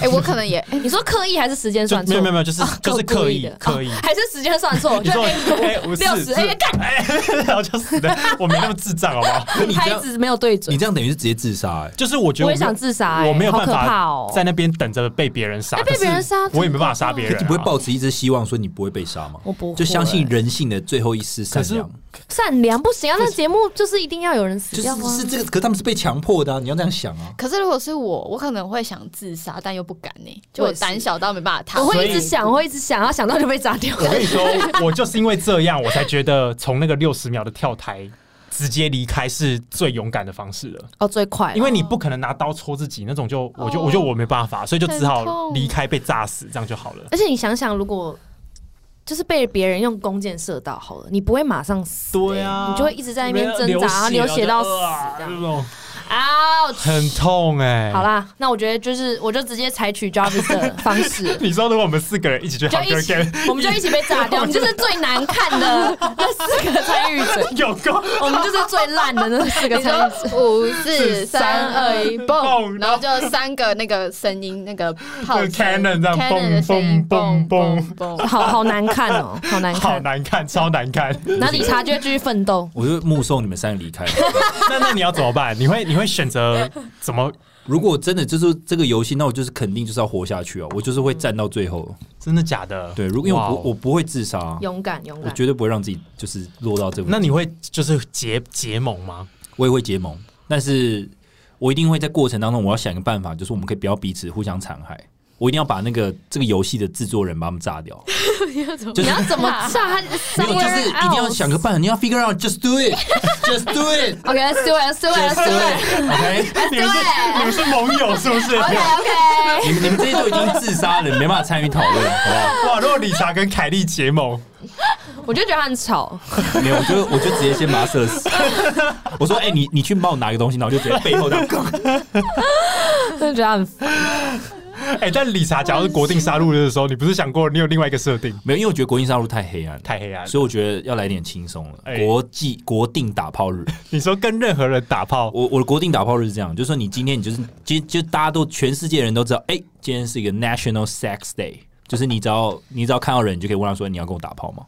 哎、我可能也
你说刻意还是时间
就
算
没
错？
有没有没有，就是、
啊
就是
故
刻意
意的
刻意。
(laughs) 还是时间算错？
你
就
说哎，我
六
是
十，哎，干
(laughs) 然后就死了，我没那么智障，好不好？ (laughs)
你这
拍
样
子没有对准
你，这样等于是直接自杀哎。
就是我觉得
我
我
也想自杀，
没有我没有
哎好
办
可怕
法
哦。
在那边等着被别人杀，
哎被别人杀
可是我也没办法杀别
可
人
是
啊，
你不会抱持一直希望说你不会被杀吗？
我不会
就相信人性的最后一丝善
可是
良，
善良不行啊，那节目就是一定要有人死
就
掉啊
是。是这个，可是他们是被强迫的啊！你要这样想啊。
可是如果是我，我可能会想自杀，但又不敢呢、就
我
我
也是
胆小到没办法踏
我
出。
会一直想，我会一直想，然后想到就被炸掉。
我跟你说，我就是因为这样，我才觉得从那个六十秒的跳台直接离开是最勇敢的方式了，
哦，最快了，
因为你不可能拿刀戳自己那种就，我就
哦
我就我没办法，所以就只
很
好
痛
离开被炸死，这样就好了。
而且你想想，如果就是被别人用弓箭射到好了，你不会马上死，欸
对啊
你就会一直在那边挣
流
扎，
血
然后流血到死
啊
这
这
样。
种
啊，
很痛哎。。
好，啦，那我觉得就是，我就直接采取 Jarvis 的方式
你说如果我们四个人一起去
就一
Hunger
起
Game，，
我们就一起被炸掉。我们就是最难看的那四个参与者，
(laughs) 有够
我们就是最烂的那四个
你
参与者。
说五四三二一
蹦
蹦，然后就三个那个声音，那个炮声
Cannon 这样
Cannon 的声音
蹦
蹦
蹦
蹦蹦，
好好难看哦，好难
好
看。
难看，超难看。
然后理查就会继续奋斗。
我就目送你们三个离开。
那那你要怎么办？你会你会选择怎么？
如果真的就是这个游戏，那我就是肯定就是要活下去哦，我就是会战到最后。
真的假的？
对，如果因为
哇
我
哦
不我不会自杀啊，
勇敢，勇
我
敢。
绝对不会让自己就是落到这个。
那你会就是结结盟吗？
我也会结盟，但是我一定会在过程当中，我要想一个办法，就是我们可以不要彼此互相残害。我一定要把那个这个游戏的制作人把他们
(laughs)
炸掉，就
你
是
要怎么
(laughs)
炸？
没有，就是一定要想个办法，你要 figure out (laughs) just do it，just do
(laughs)
it，just
OK，思维，思维，思
do
维。
it，OK。
你们是你们是盟友是不是？
OK OK，
你们你们这些都已经自杀了，没办法参与讨论，好
(laughs)
不
哇，如果理查跟凯莉结盟，
我就觉得他很吵。 (laughs)
好？没有，我就我就直接先把他
(laughs)
射死。我说，哎、你你去帮我拿个东西，然后就直接背后这样。
(laughs)
真的觉得很烦。
哎、但理查假如是国定杀戮日的时候，你不是想过你有另外一个设定？
没有，因为我觉得国际杀戮太黑暗了，
太黑暗了，
所以我觉得要来点轻松了。
哎
国际国定打炮日，
你说跟任何人打炮，
我我的国定打炮日是这样，就是说你今天你就是今就大家都全世界人都知道，哎、今哎天是一个 National Sex Day，就是你只要你只要看到人，你就可以问他说你要跟我打炮吗？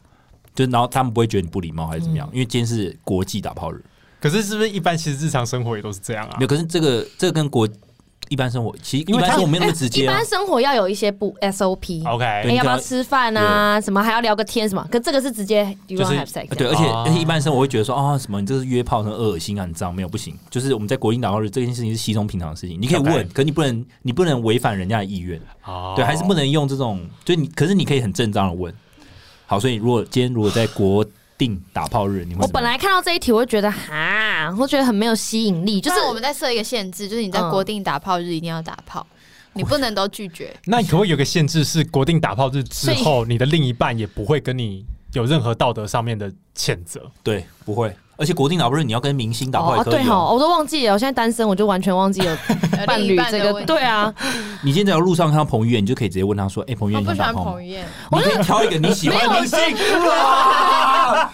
就然后他们不会觉得你不礼貌还是怎么样，因为今天是国际打炮日。
可是是不是一般其实日常生活也都是这样啊
没有，？可是这个这个跟国一般生活，其实一
因为
般
他
生活没有那么
哎
直
一
接啊
般。生活要有一些不 SOP，哎
OK，
对
要不要吃饭啊？什么还要聊个天什么？可这个是直接 you
就
want
是
have sex，
对，而且
啊
而且一般生活会觉得说啊，什么你这是约炮，很恶心啊，很脏，没有不行。就是我们在国庆打炮日这件事情是稀松平常的事情，你可以
OK
问，可你不能你不能违反人家的意愿，
哦
对，还是不能用这种，就你可是你可以很正当的问。好，所以如果今天如果在国定打炮日，你会
我
怎么
本
样
来看到这一题，我会觉得哈，我觉得很没有吸引力，就
就是是我们在设一个限制，就是你在
嗯
国定打炮日一定要打炮，你不能都拒绝。
那你可不可以有个限制，是国定打炮日之后，你的另一半也不会跟你有任何道德上面的谴责？
对不会，而且国定打炮日你要跟明星打炮
哦
也
哦
可
对
以、
哈，
哦。
我都忘记了，我现在单身，我就完
(laughs)
全忘记有伴
另一
侣
半
这
的问
个。
题
对啊，
你今天在路上看到彭于晏，你就可以直接问他说：“哎、彭于
我
晏，你
不
想
喜
打
欢
炮吗
彭于晏，
你可以挑一个你喜欢的明星。哇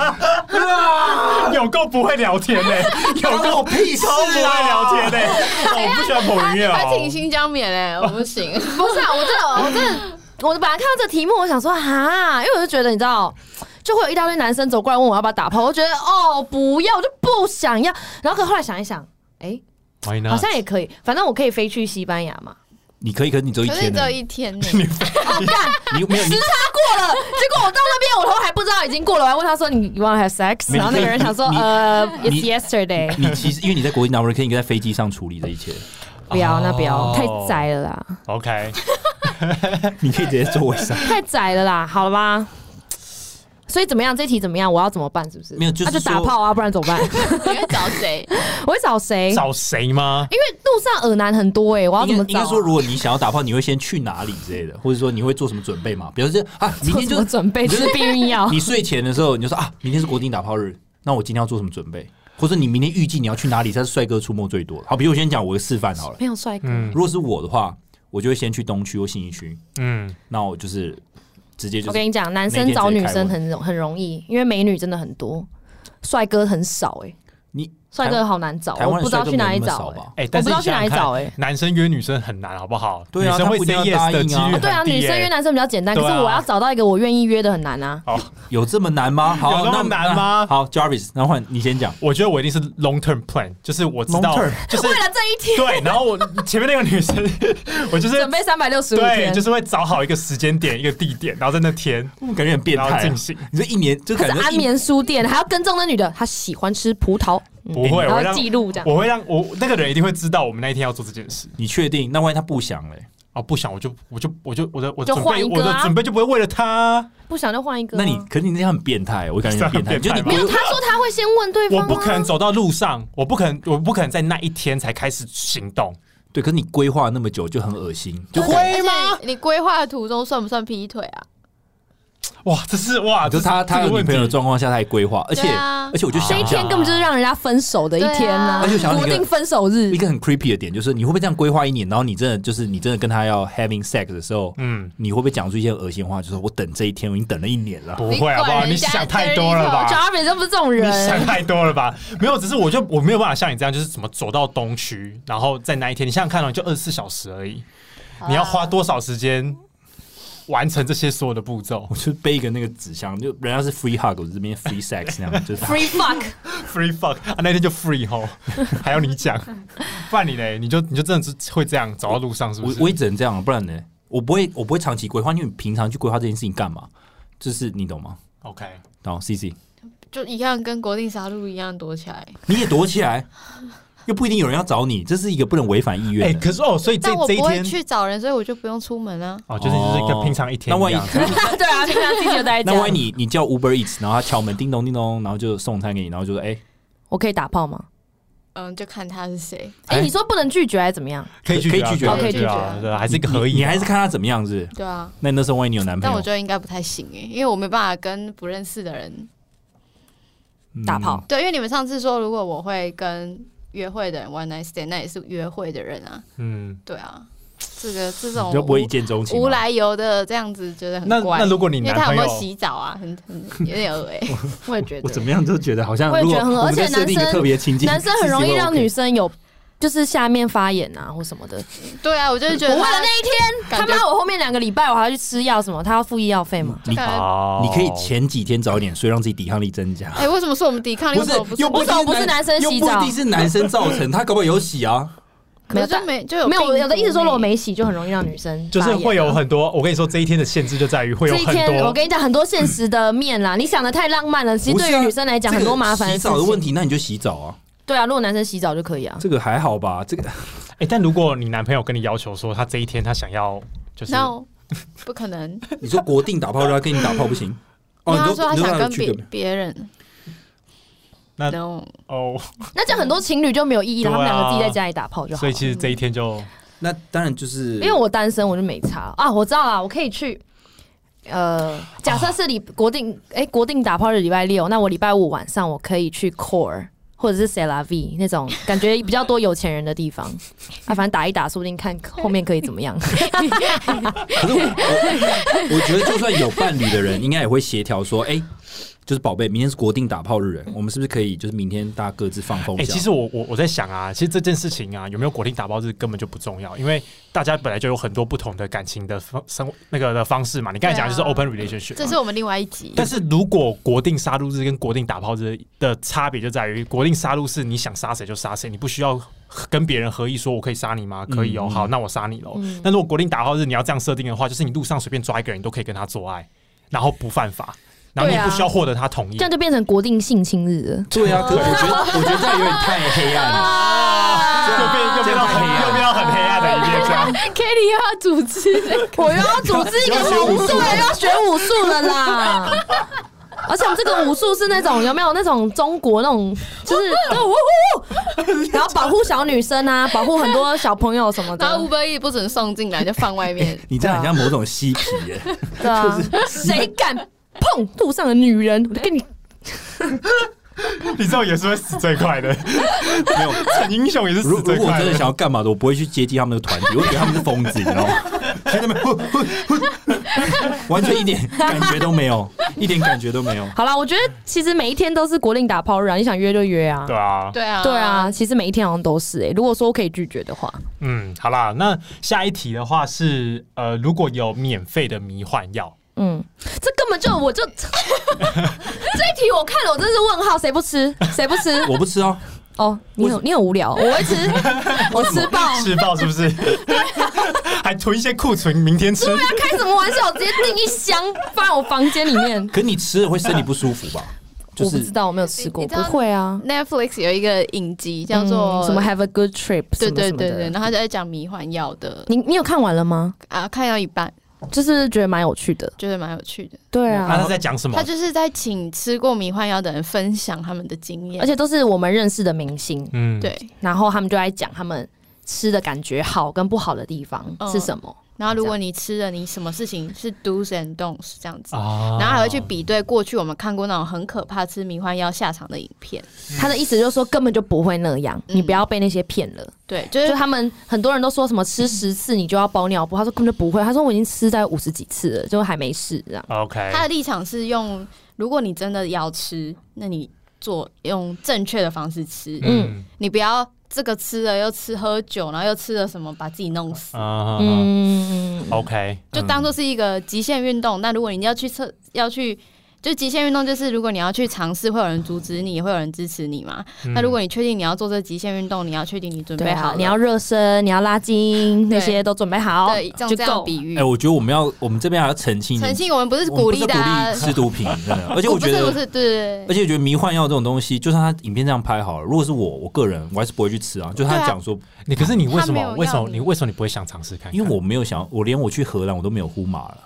有够不会聊天呢、有够
屁事啊
超不会聊天呢、我不喜欢彭于晏
他挺
哦。
新疆棉哎、我不行。
不是啊，我真的，我真的，我本来看到这个题目，我想说哈，因为我就觉得你知道，就会有一大堆男生走过来问我要不要打炮，我就觉得哦不要，我就不想要。然后可后来想一想，哎、
Why
好
啊
not？
像也可以，反正我可以飞去西班牙
(laughs)
嘛。
你可以，可是你只有一
可是你
天
只有
呢，
一天呢、
你没有你
时差过了，结果我到那啊边，我头还不知道已经过了，我还问他说你 you wanna have sex，
没
然后那个人想说
你
呃
你
it's yesterday，
(laughs) 你其实因为你在国际拿破仑可以在飞机上处理这一切，
不要那不要
哦
太宅了啦，
OK，
(laughs) 你可以直接坐位上。
太宅了啦，好了吧。所以怎么样？这题怎么样？我要怎么办？是不是？
没有就是
那就打
说
炮啊，不然怎么
(laughs)
办？
你会找谁？
我会找谁？
找谁吗？
因为路上耳男很多哎、我要怎
(laughs) 应
么
该
找、
应该
(laughs)
说，如果你想要打炮，你会先去哪里之类的，或者说你会做什么准备吗？比如说啊，明
做什
天就
么准备？
你就是？
吃避孕药 (laughs)
你睡前的时候，你就说啊，明天是国定打炮日，那我今天要做什么准备？或者你明天预计你要去哪里才是帅哥出没最多的？好，比如我先讲我的示范好了。
没有帅哥，
嗯
如果是我的话，我就会先去东区或信义区，
嗯，
那我就是直接就
我
是
跟你讲，男
那
生
天
找
直接
女
开
生
会
很容很容易，因为美女真的很多，帅哥很少哎、
你
帅哥好难找，
台湾
我
的
不知道
帅哥
去哪
没
里
那么
找
少
哎、
吧
哎、
我
但
不
是
知道
你
去哪
想
里
想看
找哎、
男生约女生很难，好不好？
对啊
女生会
他不一定
say
要
yes 的
答应
几
啊
率很低、
对啊，女生约
哎
男生比较简单，可
对
是
啊
我要找到一个我愿意约的很难啊。
有这么难 (laughs) 吗？好，
有那么
那
难吗
那好，Jarvis，那换你先讲。
我觉得我一定是 long term plan，就是我知道
Long term
就是
(laughs) 为了这一天，
对，然后我前面那个女生，我就是
准备三百六十五
对，
天，
就是会找好一个时间点、一个地点，然后在那天，
我感觉很变
然后
态、啊
进。行。
你这一年就
他
感
是
觉
安
一
眠书店，还要跟踪那女的，她喜欢吃葡萄，
不会，
哎
然
我
后
让
记录这样。
我会让我那个人一定会知道我们那一天要做这件事
你确定？那万一他不想嘞？
啊！不想我就我就我就我的我
就
准备
换一
我
个啊
的准备就不会为了他，
不想就换一个啊。
那你可是你那样很变态，我感啊觉很变态。
这
就
样
你
很变态吗
没有，他说他会先问对方、
我
啊，
不可能走到路上，我不可能我不可能在那一天才开始行动。
对，可是你规划那么久就很恶心。就
啊
会吗？
而且你规划的途中算不算劈腿啊？
哇，这是哇，
就
这
啊是他他
这
有
个
女
问
朋友的
题。
状况下，他还规划，而且
对啊
而且我就
这
想
一
一下
天根本就是让人家分手的一天
对啊
呐、
而
且想到一
固
个
定分手日
一。个很 creepy 的点，就是你会不会这样规划一年，然后你真的就是你真的跟他要 having sex 的时候，
嗯，
你会不会讲出一些恶心话？就是我等这一天，我已经等了一年了。
不会好不
你管
好？
人
你
家
想太多了吧？
Jarvis 就不是这种
你想
啊 (laughs) 人，
太多了吧？没有，只是我就我没有办法像你这样，就是怎么走到东区，然后在那一天，你想想看哦，你就二十四小时而已，你要
啊
花多少时间完成这些所有的步骤
(laughs) 我就背一个那个纸箱，就人家是 free hug，我这边 free sex 那样，就是 (laughs)
free fuck， (laughs)
？Free fuck 啊，那天就 free 吼， (laughs) 还要你讲，不然你嘞，你就你就真的是会这样走到路上，是不
我
是？
我也只能这样，不然呢，我不会我不会长期规划，因为你平常去规划这件事情干嘛？就是你懂吗？
OK，
然后 C C，
就一样跟国定杀戮一样躲起来。
你也躲起来，又不一定有人要找你，这是一个不能违反意
哎、
愿的。
可是哦，所以这
但我
这一
不会
天
去找人，所以我就不用出门啊。
哦，就是就是跟平常一天
那万
一
一
样。
对啊，平常自己就在
那万一
讲，
你你叫 Uber Eats，然后他敲门叮咚叮咚，然后就送餐给你，然后
嗯
就说哎，
我可以打炮吗？
嗯，就看他是谁。
哎、
哎
你说不能拒绝还是怎么样？
(laughs) 可以拒绝啊，
可以拒绝
啊
可以拒绝啊
对啊，还是一个合意啊，
你你还是看他怎么样子。
对啊，
那你那时候万一你有男朋
但我
友
觉得应该不太行哎、因为我没办法跟不认识的人。
嗯
打炮，
对，因为你们上次说，如果我会跟约会的人 one night stand，那也是约会的人啊。
嗯。
对啊，这个这
你
种
就不会
无
一见钟情吗啊
无来由的这样子，觉得很
那
怪。
那如果你
因为
男
他有
朋
没
友
有洗澡啊？很很有点恶哎、我也觉
我怎
得。
么样都觉得好像
我也
如
觉
果
得很恶
我们在
而且
设定一个
男生
特别情境，
男生很容易让女
CC
生有就是下面发炎啊或什么的。
对啊，我就是觉得
我为
他
了那一天，
感
他
觉
妈我后面两个礼拜我还要去吃药什么，他要付医药费嘛？
你
感觉
哦
你可以前几天早一点睡，让自己抵抗力增加。
哎、为什么说我们抵抗力
不
为
是
什么不，是
又
我？
不一定
为什么不是男生
又
洗
不一
澡
定是男生造成，他搞不好有洗啊。
可
没有
是就没就有
没有，欸我
病
有的
毒
意思说，如果
没
没洗，就很容易让女生
就是
发炎
会有很多，我跟你说，这一天的限制就在于会有
这一
很
天，我
多。
跟你讲很多现实的面啦，你想的太浪漫了。其实
不是
对于
啊
女生来哎讲，很多麻烦
这
事
个洗澡的问
情。
题，那你就洗澡啊。
对啊，如果男生洗澡就可以啊。
这个还好吧？这个
哎，但如果你男朋友跟你要求说他这一天他想要就是，
no，不可能。
你说国定打炮，他跟你打炮不行？
因
哦，
为
你
他
都
说他
你都
想
让
跟
去
别
个
别人。
那
no，
哦，
那这样很多情侣就没有意义了，
对
他
啊
们两个自己在家里打炮就好
所以
了。
其实这一天就
那当然就是
因为我单身，我就没差啊。我知道啦，我可以去。呃，假设是礼国定，哎、国定打炮日礼拜六，那我礼拜五晚上我可以去 Core 或者是 c e l a V 那种感觉比较多有钱人的地方。啊，反正打一打，说不定看后面可以怎么样。
可是我我 (laughs) 我觉得，就算有伴侣的人，应该也会协调说，哎、就是宝贝，明天是国定打炮日，哎我们是不是可以就是明天大家各自放风
哎、
一下？
其实我我我在想啊，其实这件事情啊，有没有国定打包日根本就不重要，因为大家本来就有很多不同的感情的方生活那个的方式嘛。你刚才讲的就是
对啊
open relationship，、
这是。我们另外一集。
但是如果国定杀戮日跟国定打炮日的差别就在于，国定杀戮是你想杀谁就杀谁，你不需要跟别人合意说我可以杀你吗？可以哦，
嗯
好，那我杀你喽。
嗯
但如果国定打炮日你要这样设定的话，就是你路上随便抓一个人，你都可以跟他做爱，然后不犯法，然后你也
啊
不需要获得他同意。
这样就变成国定性侵日了。
对啊，可是我觉得我觉得这样有点太黑暗
啊
了。。
又变又变到很又变到很黑暗的一啊面，这样。
Kitty 又要主持这个，
我又要组织一个武术，又要学武术了啦。而且我们这个武术是那种有没有那种中国那种，就是哦呜呜 (laughs) 呜，然后保护小女生啊，保护很多小朋友什么
然后
的，
Uber E 不准送进来，就放外面
(laughs) 你这样很像某种嬉皮耶、
对啊，谁敢碰路上的女人，我就跟你
(laughs) 你这种也是会死最快的，没有逞英雄也是死
如如
最
果我
快
真的想
的。
要干嘛的，我不会去接近他们那个团体，我觉得他们是疯子，你知道吗？去那边呼呼呼，完全一点感觉都没有，一点感觉都没有。
好啦，我觉得其实每一天都是国定打炮日啊，你想约就约啊。
对啊，
对啊，
对啊，，其实每一天好像都是哎、如果说我可以拒绝的话，
嗯，好啦，那下一题的话是，呃，如果有免费的迷幻药，
嗯，这根本就我就 (laughs) 这一题我看了，我真是问号，谁不吃谁不
(laughs)
吃？
我不吃哦，
哦，你很你很无聊，我会吃，我吃爆。
吃爆是不是？ (laughs) 还囤一些库存，明天吃。
开什么玩笑？我直接订一箱放在我房间里面。
可你吃了会身体不舒服吧？就
我不
是
知道，我没有吃过，
你你知
不
道
会啊。
Netflix 有一个影集叫做、
嗯什么 Have a good trip，
对
什么
对
什么
对
的
对，然。后他就在讲迷幻药的
你你有看完了吗？
啊，看到一半
就是觉得蛮有趣的。
觉得蛮有趣的。
对
啊，他
啊，
在讲什么
他？就是在请吃过迷幻药的人分享他们的经验，
而且都是我们认识的明星，
嗯，
对，
然后他们就在讲他们吃的感觉好跟不好的地方
嗯
是什么。
然后如果你吃了，你什么事情是 do's and don'ts 这样子。
啊
然后还会去比对过去我们看过那种很可怕吃迷幻药下场的影片，
他的意思就是说根本就不会那样，
嗯
你不要被那些骗了。
对，就
就是他们很多人都说什么吃十次你就要包尿布，他说根本就不会，他说我已经吃在五十几次了，就还没事这样。
OK，
他的立场是用，如果你真的要吃，那你做用正确的方式吃，
嗯
你不要这个吃了又吃喝酒，然后又吃了什么把自己弄死，
啊
嗯，
，OK，
就当做是一个极限运动。但如果你要去测，要去。就极限运动，就是如果你要去尝试，会有人阻止你，也会有人支持你嘛。
嗯
那如果你确定你要做这极限运动，你要确定你准
对
备好
啊
了，，
你要热身，你要拉筋，
对
那些都准备好
对，这样
就
这样
够。
比喻。
哎、我觉得我们要我们这边还要澄清一点
诚信，我们不是
我们
鼓
不
励大家
是鼓励吃毒品，真
(laughs)
的。而且我觉
哦不是不
得，
是对
而且我觉得迷幻药这种东西，就算他影片这样拍好了，如果是我，我个人我还是不会去吃啊。就
对
他
啊
讲说，
你可是你为什
他没
么
有
为什
要
么
你
你为什么你不会想尝试看看？
因为我没有想，我连我去荷兰我都没有呼麻了。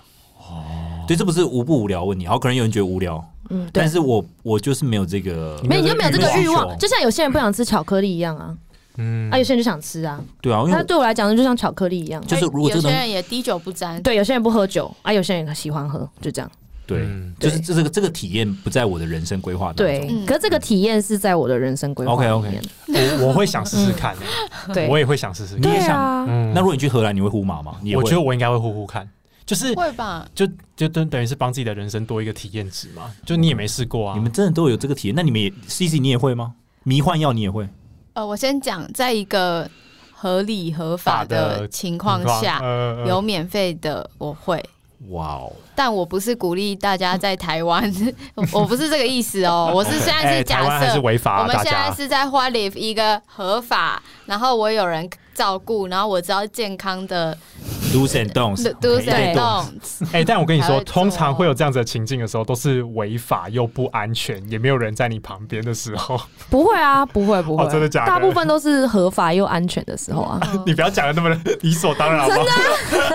哦，对，这不是无不无聊问题，好，可能有人觉得无聊，
嗯，对
但，是我我就是没有这个，
没有你就没有这个欲
欲
望，
望
就像有些人不想吃巧克力一样啊，
嗯
啊，有些人就想吃啊。
对啊，因为
那
我
对我来讲，就像巧克力一样。
就是如
哎
果
有
这
些
东
人也滴酒不沾，
对，有些人不喝酒啊，有些人喜欢喝，就这样。
对
嗯，
就是这个这个体验不在我的人生规划当
对
中。，
嗯
可是这个体验是在我的人生规划里
OK，OK
面。
我我会想试试看欸，
对，
我也会想试试看
你。也
对
想
啊，
嗯
那如果你去荷兰，你会呼麻吗？你也
我
会
觉得我应该会呼呼看，就是
会吧？
就就等等于是帮自己的人生多一个体验值
嗯
嘛。就你也没试过啊，
你们真的都有这个体验，那你们也 C C 你也会吗？迷幻药你也会？
呃，我先讲，在一个合理合法
法
的
的
情况下，
呃
有免费的我会。
哇哦，
但我不是鼓励大家在台湾， (laughs) 我我不是这个意思
(laughs)
哦，我是现在
哎
是
台
假
湾还
设
是，违法
我
啊，
们
大
现在
家
是在花 live 一个合法，然后我有人照顾，然后我知道健康的
do's and don'ts，
do s
对
and
对
don'ts，
哎、但 (laughs) 我跟你
还
说，
会做
通常会有这样子的情境的时候，都是违法又不安全，也没有人在你旁边的时
哦
候。
不会
(laughs)
啊，不会不会，
哦真的假的
大部分都是合法又安全的时
(laughs)
候啊。
嗯
你不要讲的
(laughs)
那么理所当然好不好？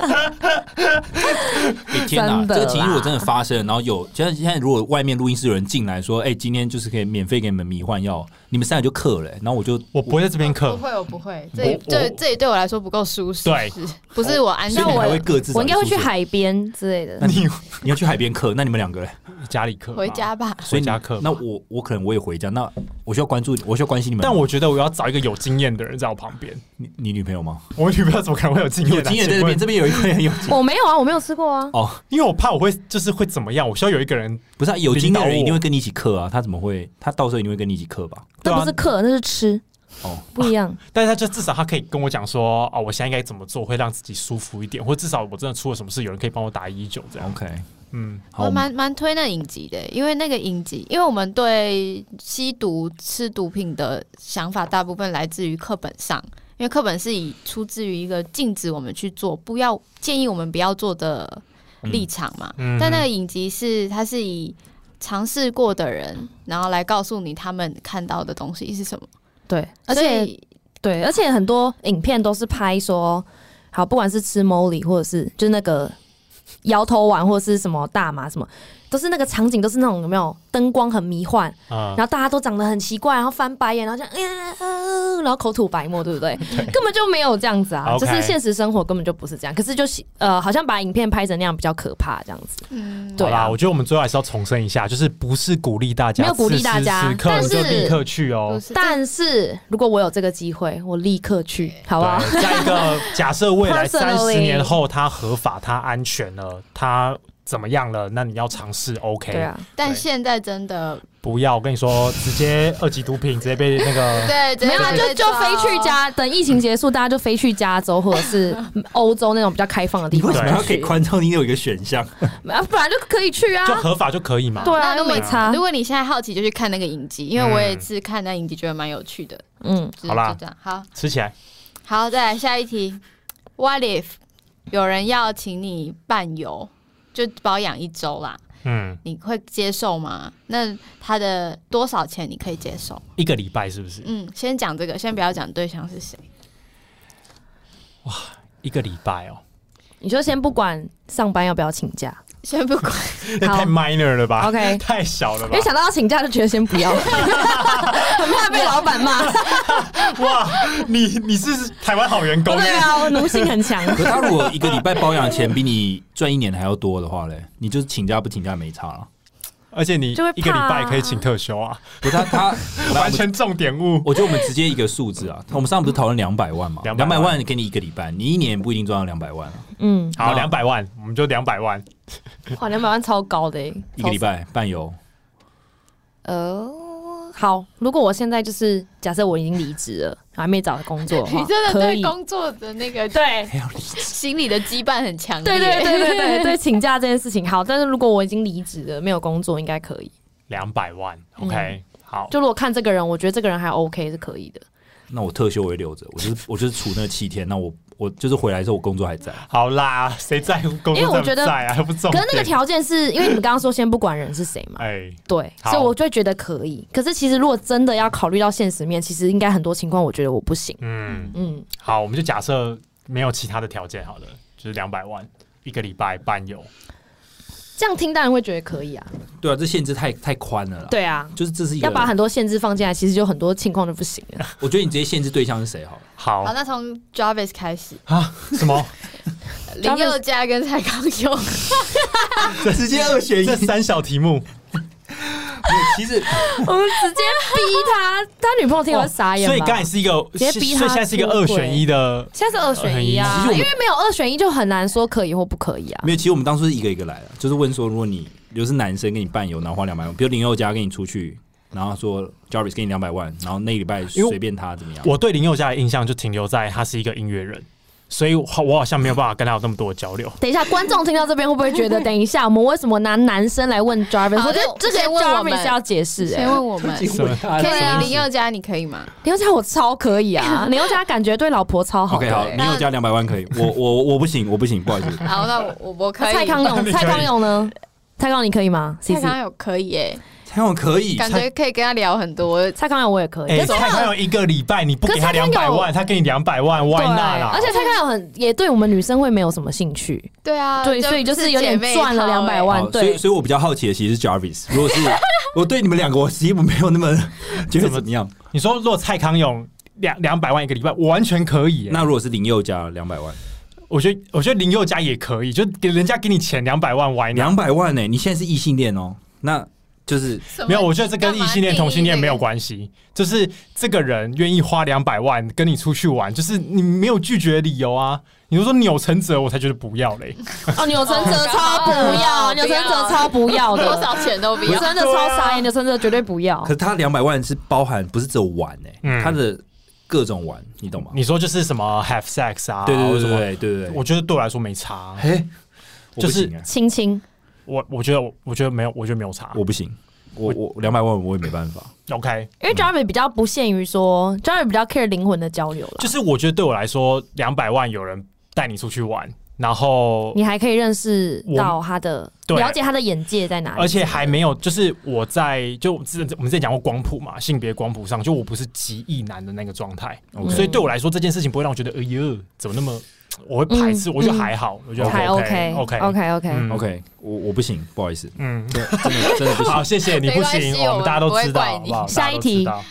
啊
哎天哪，
真的啦
这个情形如果真的发生，然后有现在现在如果外面录音室有人进来说，哎、今天就是可以免费给你们迷幻药，你们三个就克了、哎然后我就
我不会在这边
不
刻，
会，我不会，这
我
里这
我
这里对我来说不够舒适，
对
是，不是我安
所
全
以你
那
们还
的
会各自找
我应该会去
宿舍，
海边之类的。
你
你要去海边克，那你们两个嘞，
家里刻吗
回家吧。
所
回
以你
家克。
那我我可能我也回家，那我需要关注，我需要关心你们吗。
但我觉得我要找一个有经验的人在我旁边。
你你女朋友吗？
我女朋友怎么可能会有经验、啊？
有经验在
请
这
问
边，这边有一个
(laughs)
人很有经
我没有啊，我没有吃过啊。
哦，
因为我怕我会就是会怎么样，我需要有一个人。
不是、啊、有经验的人一
领导我
定会跟你一起克啊，他怎么会？他到时候一定会跟你一起克吧？
对
那
啊
不是，客，那是吃，
哦，
不
(laughs)
一样。
但是他就至少他可以跟我讲说，哦，我现在应该怎么做会让自己舒服一点，或至少我真的出了什么事，有人可以帮我打一九这样。
OK，
嗯，
好，
我
我们
蛮蛮推那影集的，因为那个影集，因为我们对吸毒、吃毒品的想法，大部分来自于课本上，因为课本是以出自于一个禁止我们去做，不要建议我们不要做的立场嘛。
嗯
但那个影集是它是以尝试过的人，然后来告诉你他们看到的东西是什么，
对，而且对，而且很多影片都是拍说，好，不管是吃 Molly 或者是就是那个摇头丸或者是什么大麻什么，都是那个场景都是那种有没有灯光很迷幻，
啊、
然后大家都长得很奇怪，然后翻白眼，然后这样，呃呃、然后口吐白沫，对不
(laughs)
对？根本就没有这样子啊，
OK
就是现实生活根本就不是这样。可是就是呃，好像把影片拍成那样比较可怕，这样子。
嗯，
对
好啦，
啊
我觉得我们最后还是要重申一下，就是不是鼓励大家，
没有鼓励大家
此时此刻
但是
就立刻去
不
哦。
是
但是如果我有这个机会，我立刻去，好不好？
对，啊再一
(laughs)
个，假设未来三
Personally
十年后它合法、它安全了、它怎么样了，那你要尝试 OK，
对啊，
但现在真的
不要我跟你说，直接二级毒品直接被那个。
对，
没有啊，就就飞去
家。
加，等疫情结束，大家就飞去加州或者
(laughs)
是欧洲那种比较开放的地
你
方
为
去。
什么要给观众你有一个选项？
啊，本来就可以去啊
就。合法就可以嘛？
对啊，
那
又
如果
没差
如。果你现在好奇，就去看那个影集，因为
嗯
我也是看那影集，觉得蛮有趣的。
嗯，
就是
好啦
就这样，好
吃起来
好，再来下一题。What if 有人要请你伴游，就包养一周啦，
嗯，
你会接受吗？那他的多少钱你可以接受？
一个礼拜是不是？
嗯，先讲这个，先不要讲对象是谁。
一个礼拜哦，
你就先不管上班要不要请假
先不
(laughs)
管，
那太 minor 了吧 (laughs)
OK
太小了
因
吧
为？想到要请假就觉得先不要， (laughs) 很怕被老板骂。
哇，你你是台湾好员工
对啊，我奴性很强。
可他如果一个礼拜包养钱比你赚一年还要多的话嘞，你就是请假不请假没差了。
而且你
就会
一个礼
怕
拜
啊
可以请特休 (laughs) 啊，
不是他他
完全重点物。
我觉得我们直接一个数字啊，我们上次不是讨论两百万嘛？
200
两百万给你一个礼拜，你一年不一定赚到两百万啊，
嗯，
好，
那
两百万，我们就两百万。
哇，两百万超高的欸，
一个礼拜半游。
超。呃，好，如果我现在就是假设我已经离职了，还没找到工作的
(laughs) (laughs)
话，
你真的
可
对
以。
工作的那个
对， (laughs)
心理的羁绊很强烈。
对对对
(laughs)
对对对，请假这件事情好，但是如果我已经离职了，没有工作，应该可以。
两百万，OK，、好，
嗯就如果看这个人，我觉得这个人还 OK 是可以的。
那我特休我也留着，我就是我就是处那七天，那我我就是回来之后我工作还在，
好啦，谁在乎工
因为我
作在
觉
不
得
在啊？还 (laughs) 不重
可
点
是那个，条件是因为你们刚刚说先不管人是谁嘛，
哎，
对，
好
所以我就会觉得可以。可是其实如果真的要考虑到现实面，其实应该很多情况我觉得我不行。
嗯，
嗯，
好，我们就假设没有其他的条件好了，就是两百万一个礼拜半游。
这样听当然会觉得可以啊，
对啊，这限制太太宽了啦。，
对啊。
就是这是一个
要把很多限制放进来，其实就很多情况就不行
(laughs)
了。
我觉得你直接限制对象是谁好了。
好
好，那从 Jarvis 开始，
啊，什 (laughs) 么？
林
(laughs) Jarvis
宥嘉跟蔡康永，
(laughs) 直接二选
这三小题目，
其实
我们直接逼他，他女朋友听
哇
完傻眼吧
哦所以刚才是一个，
哎直接
是
逼他
所以现在是一个二选一的。
现在是二选一啊，
其实我们
因为没有二选一就很难说可以或不可以啊
没。有，其实我们当初是一个一个来的，就是问说，如果你比如是男生跟你伴游，然后花两百万，比如林宥嘉跟你出去，然后说 Jarvis 给你两百万，然后那一礼拜
因为
随便他怎么样。
我对林宥嘉的印象就停留在他是一个音乐人，所以我我好像没有办法跟他有那么多的交流。
等一下，观众听到这边会不会觉得，等一下我们为什么拿男生来问 Jarvis？
好
我觉得这个
先问我们
Jarvis 要解释、欸。
先问我们，
请问他
可以啊
的
林宥嘉，你可以
(laughs)
吗？
林宥嘉我超可以啊，林宥嘉感觉对老婆超好的
OK 好，
欸
你有加两百万可以，我我我不行，我不行，不好意思。
好，那我我我可以。
蔡康永，
你可以
蔡康永呢？蔡康永你可以吗
蔡
？C C，
康永可以耶，
蔡永可以，
感觉可以跟他聊很多。
蔡康永我也可以。
哎、
可是
蔡康永一个礼拜你不给他
可
两
是蔡
百
康永
万，他给你两百万，啊外纳啦。
而且蔡康永很也对我们女生会没有什么兴趣，
对啊，
对，所以就是有点
姐妹
赚了
淘欸
两百
耶
万
好，所以
对。
所以我比较好奇的其实是 Jarvis，如果是我对你们两个，我其实没有那么觉得怎么样。
你说如果蔡康永两两百万一个礼拜，我完全可以、欸。
那如果是林宥嘉两百万，
我觉得我觉得林宥嘉也可以，就给人家给你钱两百万，why not？
两百万呢、你现在是异性恋哦，那就是
什么
没有，我觉得这跟
干
异
嘛
性恋、
定义
同性恋
这个
没有关系，就是这个人愿意花两百万跟你出去玩，就是你没有拒绝的理由啊。你就说钮承泽，我才觉得不要嘞。
哦，钮承泽超不要，
哦
钮承泽超不要的，
多少钱都不
钮
要。
承泽超傻眼，钮承泽绝对不要
可。是他两百万是包含不是只有玩哎、
嗯
他的各种玩，你懂吗？
你说就是什么 have sex 啊？
对对对
或者什么
对对对对，
我觉得对我来说没差啊。
嘿，我不
就是
行、啊，
亲亲，
我我觉得我我觉得没有，我觉得没有差。
我不行，我我两百万我也没办法。
OK，
因为 Jarvis 比较不限于说，Jarvis 比较 care 灵魂的交流了。
就是我觉得对我来说，两百万有人带你出去玩，然后
你还可以认识
我
到他的，
对
了解他的眼界在哪里，
而且还没有，就是我在就我们之前我们之前讲过光谱嘛，性别光谱上，就我不是极易男的那个状态
OK
所以对我来说这件事情不会让我觉得，哎呦，怎么那么我会排斥，
嗯
我觉得还好，我觉得
才
OK
OK
OK
OK OK。
嗯
OK，我我不行，不好意思，
嗯，
(laughs)
真的真的不行。
好，谢谢你不
没关系
行，哦
我们
我们大家都
不会
知道，
怪
好
你
不好？
下
大家都
一题
知 (laughs) 道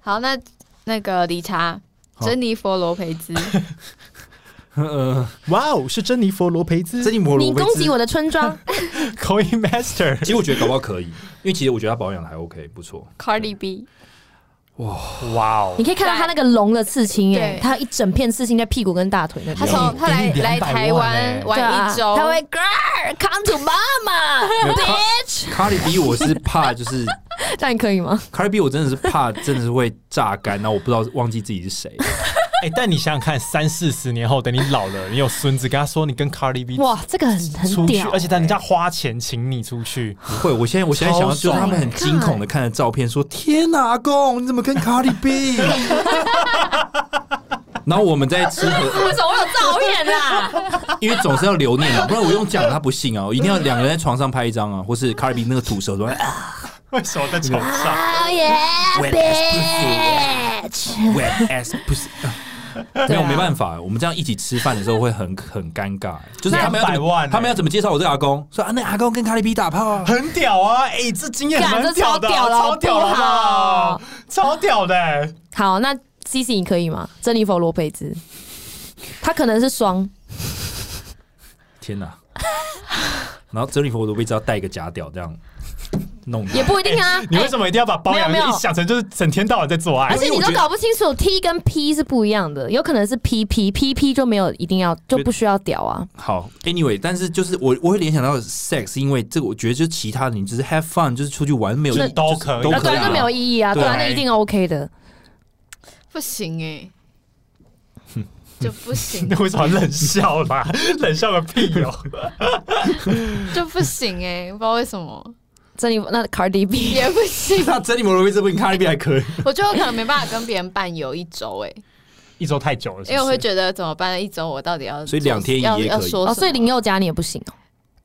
好，那那个理查，
好
珍妮佛罗培
(laughs)
兹，
呃，
哇哦， (laughs) 是珍妮佛罗培
珍
兹
妮摩罗
你
维
攻击
兹，
我的村
(laughs)
庄，
，Coin Master，
其实我觉得搞不好可以，因为其实我觉得他保养的还 OK，
(laughs)
不错。
Cardi B，
(laughs) 哇哦
你，可以看到他那个龙的刺青，哎
对，
他一整片刺青在屁股跟大腿那
他
边。啊
从他来
给你
来
200
台
万欸
湾玩一周，
他会 girl come to mama， (laughs)
没有卡卡里比，我是怕就是
这样可以吗？
卡里比，我真的是怕，真的是会榨干，然后我不知道忘记自己是谁。
哎，但你想想看，三四十年后，等你老了，你有孙子，跟他说你跟 Cardi B
哇，这个很很
出去，
屌，欸
而且他人家花钱请你出去，
不会，我现在我现在想到就是他们很惊恐的看着照片，说：“天哪，阿公，你怎么跟卡里比？” (laughs) 然后我们在吃河，
为什么我有照片
啊
(laughs) 啦？
因为总是要留念嘛，不然我用讲他不信啊，我一定要两个人在床上拍一张啊，或是卡里比那个吐舌头， (laughs) 啊
(laughs) 为什么在床上？
哦耶
Wet as
，bitch！
，wet as 不是，没
对
有
啊
没办法，我们这样一起吃饭的时候会很很尴尬，欸就是他们要怎
200万
么
欸
他们要怎么介绍我这个阿公？说啊，那阿公跟卡里比打炮啊，
很屌啊！哎、这经验
干
蛮
这
屌
超
的，啊
屌了
超屌的，
好不
好
好
不好超屌的、欸
好，那 C C 你可以吗？珍妮佛罗培兹，他可能是双，
天哪！然后珍妮佛罗贝兹要带一个假屌这样弄他，
也不一定啊。
你为什么一定要把包养
没有没
一
有
想成就是整天到晚在做爱
而？且你都搞不清楚 T 跟 P 是不一样的，有可能是 P P P P 就没有一定要就不需要屌啊。
好，anyway，但是就是我我会联想到 sex，因为这个我觉得就是其他的，你只是 have fun，就是出去玩，没有
那
就是
都可以
都
啊
那
可
对
以
啊，那没有意义啊，
对
对啊，那一定 OK 的。
不行
(laughs)
哎，就不行
你，为什么冷笑啦？冷笑个屁哦！
就不行哎，不知道为什么
珍妮佛那 Cardi B
也不行，
那珍妮佛罗贝兹比卡里比
(laughs)
还可以，
我觉得我可能没办法跟别人伴游一周哎，
(laughs) 一周太久了是不是
因为我会觉得怎么办？一周我到底要
所以两天一夜
要
可以
要说什
哦，
么
所以林宥嘉你也不行哦，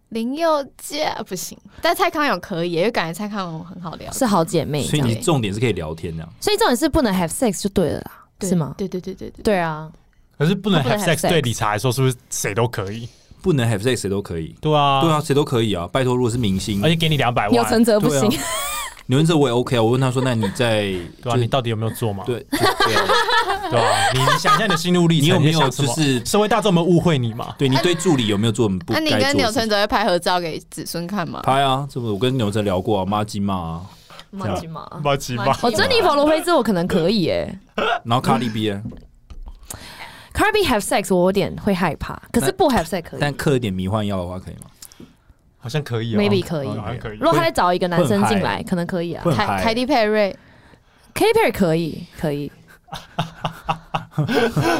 林宥嘉不行，但蔡康永可以耶，因为感觉蔡康永很好聊，
是好姐妹这
所以
样。
你重点是可以聊天这啊样。
所以重点是不能 have sex 就对了啦，
对
是吗？
对对对对对，
对啊，
可是不能
不能
have
have
sex，
sex
对理查来说是不是谁都可以？
不能 have sex 谁都可以，
对啊，哎
对啊，谁都可以啊。拜托，如果是明星
而，且给你两百
钮
万
承，泽不行，
对牛仁哲我也 OK 啊。我问他说：“那你在
(laughs) 对啊，
就
你到底有没有做嘛？
对就对啊
对啊，你你想一下你的心路历程，
你有没
(laughs) 你在
有
想什
就
么
是
社会大众有没有误会你嘛？
对你对助理有没有做不
那、
该
你
做的
跟
事
钮承泽会拍合照给子孙看吗？
拍啊？这不我跟牛仁哲聊过啊，妈鸡骂啊，
妈吉嘛。
不奇吧？
我珍妮佛罗菲兹我可能可以诶、
然后卡里比啊，
c a r d i B have sex 我有点会害怕，可是不 have sex 可以。
(laughs)
但嗑一点迷幻药的话可以吗？
好像可以哦
Maybe 可以
好像可以
如。果他再找一个男生进
会很
来，可能可以啊
会。很
凯
嗨
凯蒂佩瑞
k a p e r 可以，可以，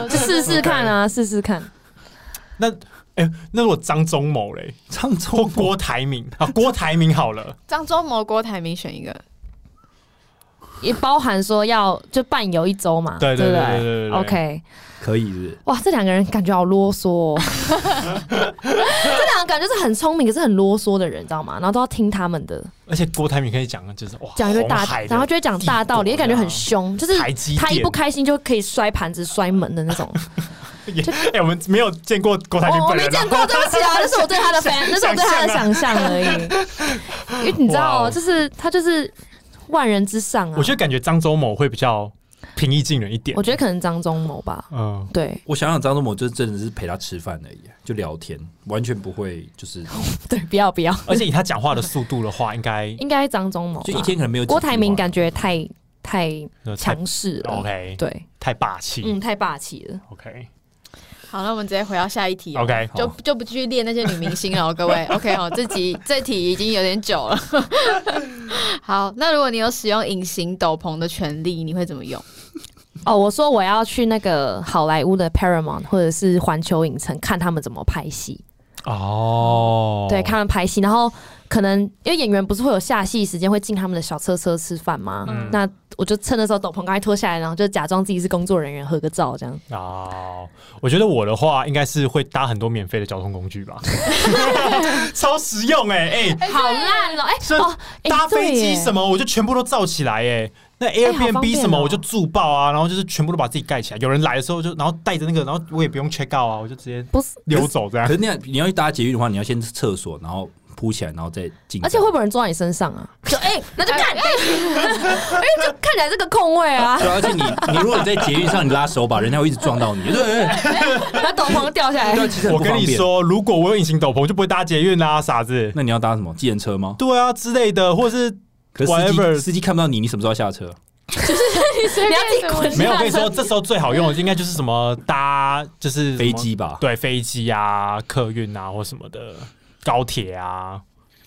就试试看啊，试试看。
那哎、那如果张忠谋嘞，
唱
或
中
郭台铭啊，郭台铭好了，
张忠谋、郭台铭选一个，
也包含说要就伴游一周嘛，
(laughs) 对对
对不
对对对对对
OK，
可以是不是
哇，这两个人感觉好啰嗦、
(laughs)
哦，这两个感觉是很聪明，可是很啰嗦的人，你知道吗？然后都要听他们的，
而且郭台铭可以讲的就是哇，
讲一堆大
红海，的
然后就会讲大道理，
帝
也
国啊
感觉很凶，就是
台积
他一
电
不开心就可以摔盘子、摔门的
(laughs)
那种。
(laughs) 也哎、我们没有见过郭台铭
哦我我
本
没
人、啊
见过，对不起啊，那是我
(laughs)
对他的 fan，那是我对他的想象而已。因为你知
啊哇
道，
哦
就是他就是万人之上啊。
(laughs) 我觉得感觉张忠谋会比较平易近人一点。
我觉得可能张忠谋吧，
嗯，
对
我想想，张忠谋就真的是陪他吃饭而已，就聊天，完全不会就是
对，不要不要，
而且以他讲话的速度的话，应该
应该张忠谋吧。
就一天可能没有几句
郭
话。
台铭感觉太太
呃太
强势了
OK，
对，
太霸气。
嗯，太霸气了。
OK
好，那我们直接回到下一题哦。
OK，
就就不去练那些女明星了哦，各
(laughs)
位。OK 哦，这集这题已经有点久了。 (laughs) 好，那如果你有使用隐形斗篷的权利，你会怎么用？
哦，我说我要去那个好莱坞的 Paramount 或者是环球影城看他们怎么拍戏，
哦，
对，看他们拍戏，然后可能因为演员不是会有下戏时间会进他们的小车车吃饭吗？
嗯
那我就趁那时候斗篷赶快脱下来，然后就假装自己是工作人员合个照这样。
哦，我觉得我的话应该是会搭很多免费的交通工具
(laughs)
吧， (laughs) 超实用哎、哎、
好烂哦！哎、
这
哦，哎
搭飞机什
么？
么我就全部都罩起来哎、那
好方
Airbnb
便哦
什么我就住爆啊，然后就是全部都把自己盖起来。有人来的时候就，然后带着那个，然后我也不用 check out 啊，我就直接
不是，
溜走这样
可。是那样你要去搭捷运的话，你要先厕所，然后铺起来，然后再进。
而且会不会有人坐到你身上啊？就哎、那就干，哎、就看起来是个空位
(laughs)
啊，
对啊，而且你你如果你在捷运上你拉手把，人家会一直撞到你。对对对
把斗篷掉下来。
对，其实很
我
不方
跟你
便。
说，如果我有隐形斗篷，就不会搭捷运啦，傻子。
那你要搭什么？计程车吗？
对啊，之类的，或
(laughs)
是
可是司机
Whatever
司机看不到你，你什么时候要下车？
你要自己滚下
没有。我跟你说，这时候最好用的应该就是什么搭，就是什么
飞，机吧。
对，飞机啊、客运啊或什么的，高铁啊。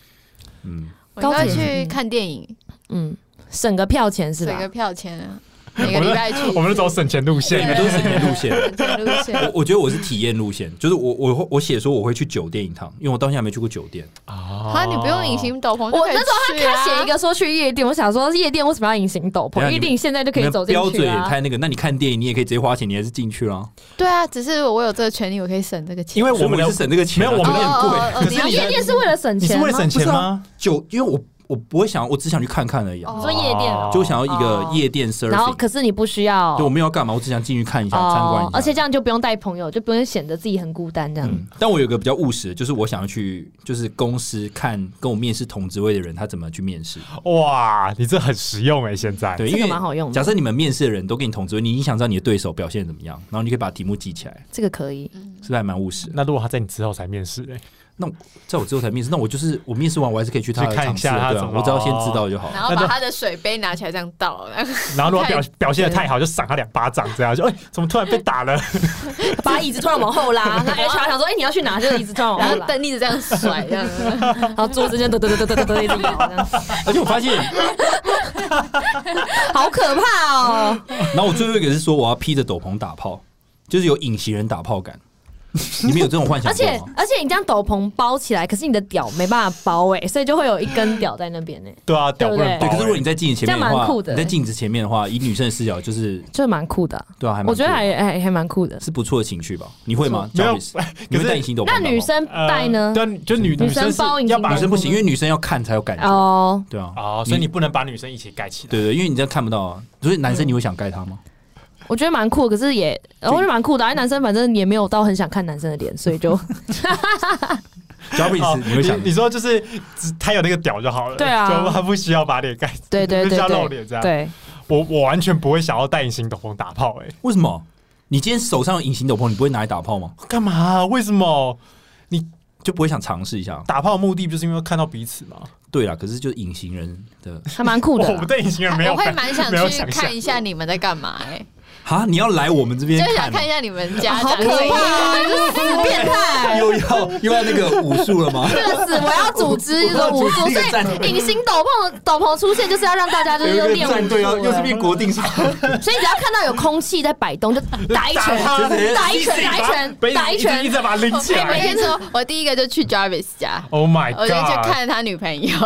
(laughs)
嗯，
我应该
高
去
铁
看电影，
嗯，省个票钱是
省个
吧？
票钱啊，每个礼拜去一次。
我们是走省钱
对
路
你
线，
们都是省钱路线。
省钱路
(laughs)
线。
我我觉得我是体验路线，就是我我会我写说我会去酒店一趟，因为我到现在还没去过酒店。
啊
好，你不用隐。形斗篷，
我那时候他他写一
个，
个说去夜店，我想说夜店为什么要隐形斗
等一
篷？
下
一定现在就可以
你们
走进
标准
去
也
啊。
太那个，那你看电影你也可以直接花钱，你还是进去啦。
对啊，只是我有这个权利，我可以省这个钱。
因为
所以
我们
也
的
是省这个钱啊，
没有我们
真的很贵。
哦哦哦
可
(laughs)
你要
是
夜店是为了省
你哦是啊
钱吗
为了省钱吗？
酒，因为我我不会想，我只想去看看而已啊、
哦
你说夜店啊
就我想要一个
哦
夜店 surfing，、
然后可是你不需要
对我没有要干嘛，我只想进去看一下，参观一下。
而且这样就不用带朋友，就不用显得自己很孤单这样。
嗯，但我有一个比较务实的，就是我想要去，就是公司看跟我面试同职位的人他怎么去面试。
哇，你这很实用哎、现在
对，
哦这
因
个
为
蛮好用的
假设你们面试的人都跟你同职位，你已经想知道你的对手表现怎么样，然后你可以把题目记起来，
这个可以，
是不是还蛮务实的？
那如果他在你之后才面试、欸，
在我之后才面试，那我就是我面试完我还是可以去他的
去看一
场次
下他
啊，对
怎
啊，
么
我只要先知道就
哦
好了。
然后把他的水杯拿起来这样倒，然后
然后如果表
太
表现的太好，就赏他两巴掌，这样就哎、怎么突然被打了？ (laughs)
把椅子突然往后拉，那 HR 想说，哎，你要去哪？就椅子突然往
然
后
后
拉，
灯一直这样甩，这样子。
然后桌子间得得得得得得一直摇，这样
而且我发现，
好可怕哦！
然后我最后一个是说我要披着斗篷打炮，就是有隐形人打炮感。你们有这种幻想
而
过
且
吗？
而且你这样斗篷包起来，可是你的屌没办法包哎，所以就会有一根屌在那边哎，
对啊，屌不
对不对
能包、
对，可是如果
欸
你在镜子前面
这样
的
蛮
话，
酷的
你在镜子前面的话，以女生的视角就是
就蛮酷的啊。
对啊，还蛮
我觉得
酷的
还还还蛮酷的。
是不错的情趣吧？你会吗
没有
？Jarvis，你
(laughs)
会戴隐形斗篷吗？
那女生
呃
戴呢？
对啊，就女
女生
生是
包隐形
要把
带
女生不行，因为女生要看才有感觉。
哦，
对啊，
哦，所以你不能把女生一起盖起来。
对对，因为你这样看不到啊。所以男生你会想盖他吗？
我觉得蛮酷，可是也呃我觉得蛮酷的啊，因为男生反正也没有到很想看男生的脸，所以就
Jarvis，你会想
嗯哦你说就是只他有那个屌就好了，
对啊
就他不需要把脸盖，
对
(laughs)
对
不需
对
要露
对
脸这样。
对，
我我完全不会想要戴隐形斗篷打炮、欸，
为什么？你今天手上有隐形斗篷，你不会拿来打炮吗？
干嘛啊、为什么
就不会想尝试一下？
打炮的目的不就是因为要看到彼此吗？哦
对啦，可是就是隐形人的
还蛮酷的
我
啦
不。对隐形人没有
我会
感，
蛮想
没有
去
想象
看一下你们在干嘛哎、
哈，你要来我们这边
就是想
看哦
看一下你们家
好
长
可
怎
怕
样
啊！你这死变 (laughs) 态，
又要又要那个武术了
(laughs)
吗？
这个死我要组织一个武术，所
我要组织一个战
以隐形斗篷斗篷出现就是要让大家就是
有一
练
个
武术
战队啊，又是
了。
变国定场，
所以只要看到有空气在摆动，就打一拳，
他
打一拳，打一拳，打一
一
拳。
直把它拎起
哎每
来。
天说，我第一个就去 Jarvis 家，
Oh my
我就去
god！
看他女朋友，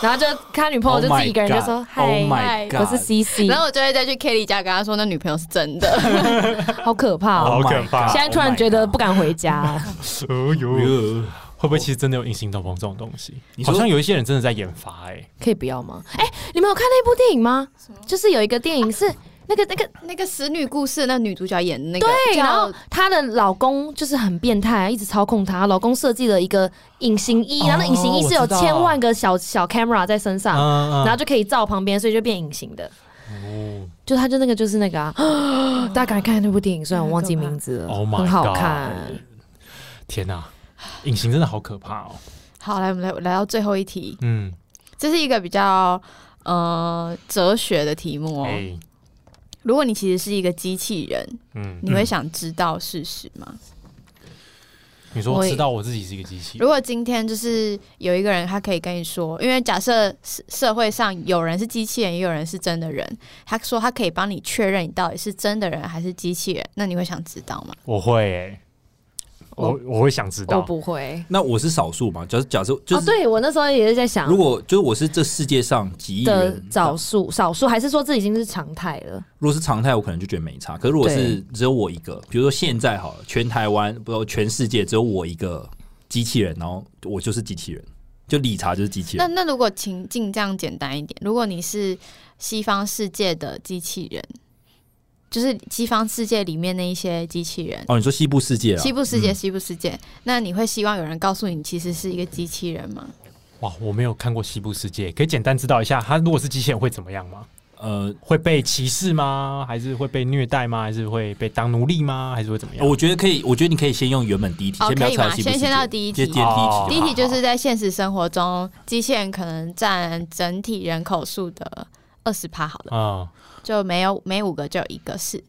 然后就看女朋友就自己一个人就说：“
Oh
嗨，
my
我
god！
是 CC。
然后我就会再去 Kelly 家跟他说，那女朋友是真的。
(laughs) 好可怕哦！
好
Oh
可怕 Oh
现在突然觉得不敢回家。 (laughs)
哦
敢
呦，
呃
会不会其实真的有隐形斗篷这种东西
你？说
好像有一些人真的在研发哎、
可以不要吗？哎、你们有看那部电影吗？就是有一个电影是那个那个
那个使女故事，那女主角演的那个，
对，
叫
然后她的老公就是很变态、一直操控她。老公设计了一个隐形衣，
哦
然后那隐形衣是有
我知道
千万个小小 camera 在身上，
嗯哦
然后就可以照旁边，所以就变隐形的。就他就那个就是
(gasps)
那个啊，大家赶快看那部电影，虽然我忘记名字了，
Oh my
很好
god
看。
天哪、隐形真的好可怕哦。
好，来我们来来到最后一题，
嗯，
这是一个比较呃哲学的题目
哎、
哦。如果你其实是一个机器人，
嗯，
你会想知道事实吗？
你说
我
知道我自己是一个机器人
如果今天就是有一个人，他可以跟你说，因为假设社社会上有人是机器人，也有人是真的人，他说他可以帮你确认你到底是真的人还是机器人，那你会想知道吗？
我会哎、我我会想知
我
道。
不会。
那我是少数嘛？假设假设就
哦，
是，
对我那时候也是在想，
如果就是我是这世界上几亿
的
人
少数，少数还是说这已经是常态了？
如果是常态，我可能就觉得没差。可是如果是只有我一个，比如说现在好了，全台湾不全世界只有我一个机器人，然后我就是机器人，就理查就是机器
那
人。
那如果情境这样简单一点，如果你是西方世界的机器人，就是西方世界里面那一些机器人，
哦，你说西部世界啊？
西部世界，西部世界，那你会希望有人告诉你你其实是一个机器人吗？
哇，我没有看过《西部世界》，可以简单知道一下，他如果是机器人会怎么样吗？
呃，
会被歧视吗？还是会被虐待吗？还是会被当奴隶吗？还是会怎么样？
哦我觉得可以，我觉得你可以先用原本第一题，
哦
先不要
可以吗
猜西部世界，
先先到第一题
先先第一
哦
题。
第一题就是在现实生活中，机器人可能占整体人口数的二十趴，好了，
啊、
就没有每五个就有一个是。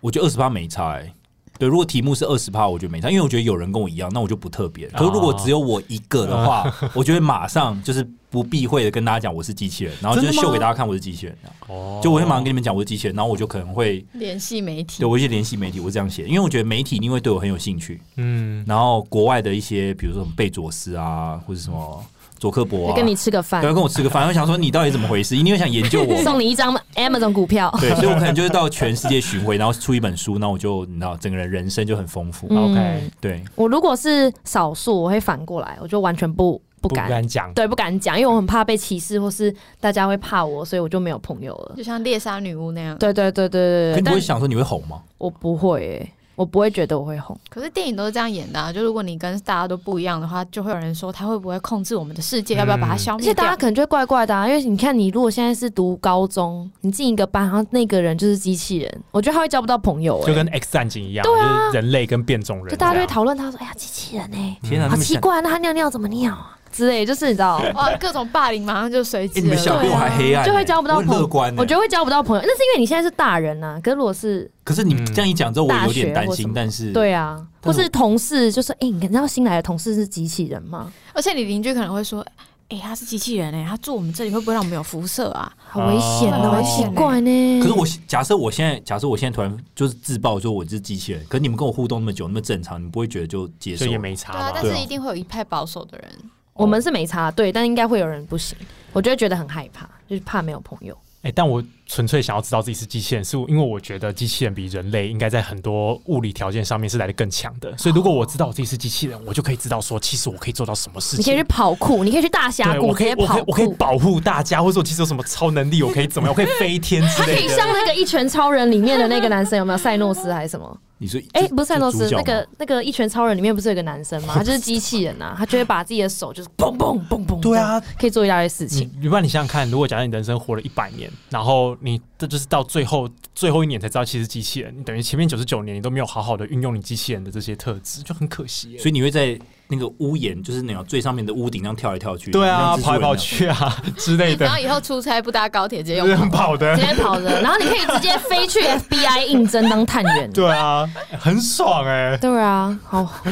我觉得二十趴没差、欸。对，如果题目是二十趴，我觉得没差，因为我觉得有人跟我一样，那我就不特别。可是如果只有我一个的话，我就会马上就是不避讳的跟大家讲我是机器人，然后就
真的吗
秀给大家看我是机器人，
哦
就我会马上跟你们讲我是机器人，然后我就可能会
联系媒体
对，我会去联系媒体，我会这样写，因为我觉得媒体一定会对我很有兴趣。
嗯，
然后国外的一些，比如说什么贝佐斯啊，或者什么佐克伯啊，
跟你吃
(laughs)
个饭
对，，跟我吃个饭，我想说你到底怎么回事，一定会想研究我。
送你一张 Amazon 股票。
(laughs) 对，所以我可能就是
(laughs)
到全世界巡回，然后出一本书，那我就你知道，整个人人生就很丰富。
嗯
OK，
对，
我如果是少数，我会反过来，我就完全不不
不
敢，
敢讲。
对，不敢讲，因为我很怕被歧视，或是大家会怕我，所以我就没有朋友了。
就像猎杀女巫那样。
对对对对
可
对对，
你不会
但
想说你会红吗？
我不会、欸，我不会觉得我会红。
可是电影都是这样演的、啊，就如果你跟大家都不一样的话，就会有人说他会不会控制我们的世界，
嗯
要不要把它消
而
灭
且
掉
大？家可能就会怪怪的、啊，因为你看，你如果现在是读高中，你进一个班，然后那个人就是机器人，我觉得他会交不到朋友、欸，
就跟 X 战警一样，就是人类跟变种人这样，
啊就大家就会讨论他说：“哎呀，机器人哎、
天啊，
好
你们
奇
想，
怪，那他尿尿怎么尿啊？”之类，就是你知
(laughs)
道，
哇，各种霸凌马上就随
哎
之
你
了。啊
们想比我还黑
啊
暗欸，
就会交不到
我很
朋
乐
友
观欸。
我觉得会交不到朋友，那是因为你现在是大人呐、可是如果是
可是你
嗯
这样一讲之后，我有点
大学
担
或什
心
么，
但是
对啊，或
但是
是同事就说：“哎、你知道新来的同事是机器人吗？
啊
而且你邻居可能会说：“哎、他是机器人哎、他住我们这里会不会让我们有辐射啊
好危险
哦
哦，
很危
奇
险欸
怪呢。”
可是我假设我现在，假设我现在突然就是自爆，说我是机器人，可是你们跟我互动那么久，那么正常，你们不会觉得就接受
所以？也没？”差
对啊，
嘛
但。
对
是
啊
一定会有一派保守的人。
我们是没差，对，但应该会有人不行，我就会觉得很害怕，就是怕没有朋友。
哎、但我纯粹想要知道自己是机器人，是因为我觉得机器人比人类应该在很多物理条件上面是来的更强的。所以如果我知道我自己是机器人，我就可以知道说，其实我可以做到什么事
你可以
情
去。跑酷，你可以去大峡
对，
谷
我
直
可以
接，
我可
跑
以，我可以
酷，
保护大家，或者我其实有什么超能力，我可以怎么样，我可以飞天之
他可
类
以
的。
像那个《一拳超人》里面的那个男生，有没
(laughs)
有赛诺斯还是什么？
你说
哎、
这
不是赛诺
这
斯
主，角
那
吗
个那个《一拳超人》里面不是有个男生
(laughs)
吗？他就是机器人啊，他就会把自己的手就是嘣嘣嘣嘣，
对啊，嗯
可以做一大堆事
你
情。
你不然你想想看，如果假设你人生活了一百年，然后你这就是到最后最后一年才知道其实机器人，你等于前面九十九年你都没有好好的运用你机器人的这些特质，就很可惜耶。
所以你会在那个屋檐，就是那种最上面的屋顶，那样跳来跳去，
对啊，
像蜘蛛
跑来
人
跑
那样。
去啊之类的
然，后以后出差不搭高铁，直接用
就是
啊
很跑的
直，接跑的，然后你可以直接飞去 FBI 应征当探员。
对啊，很爽哎、
对啊，好，
(laughs)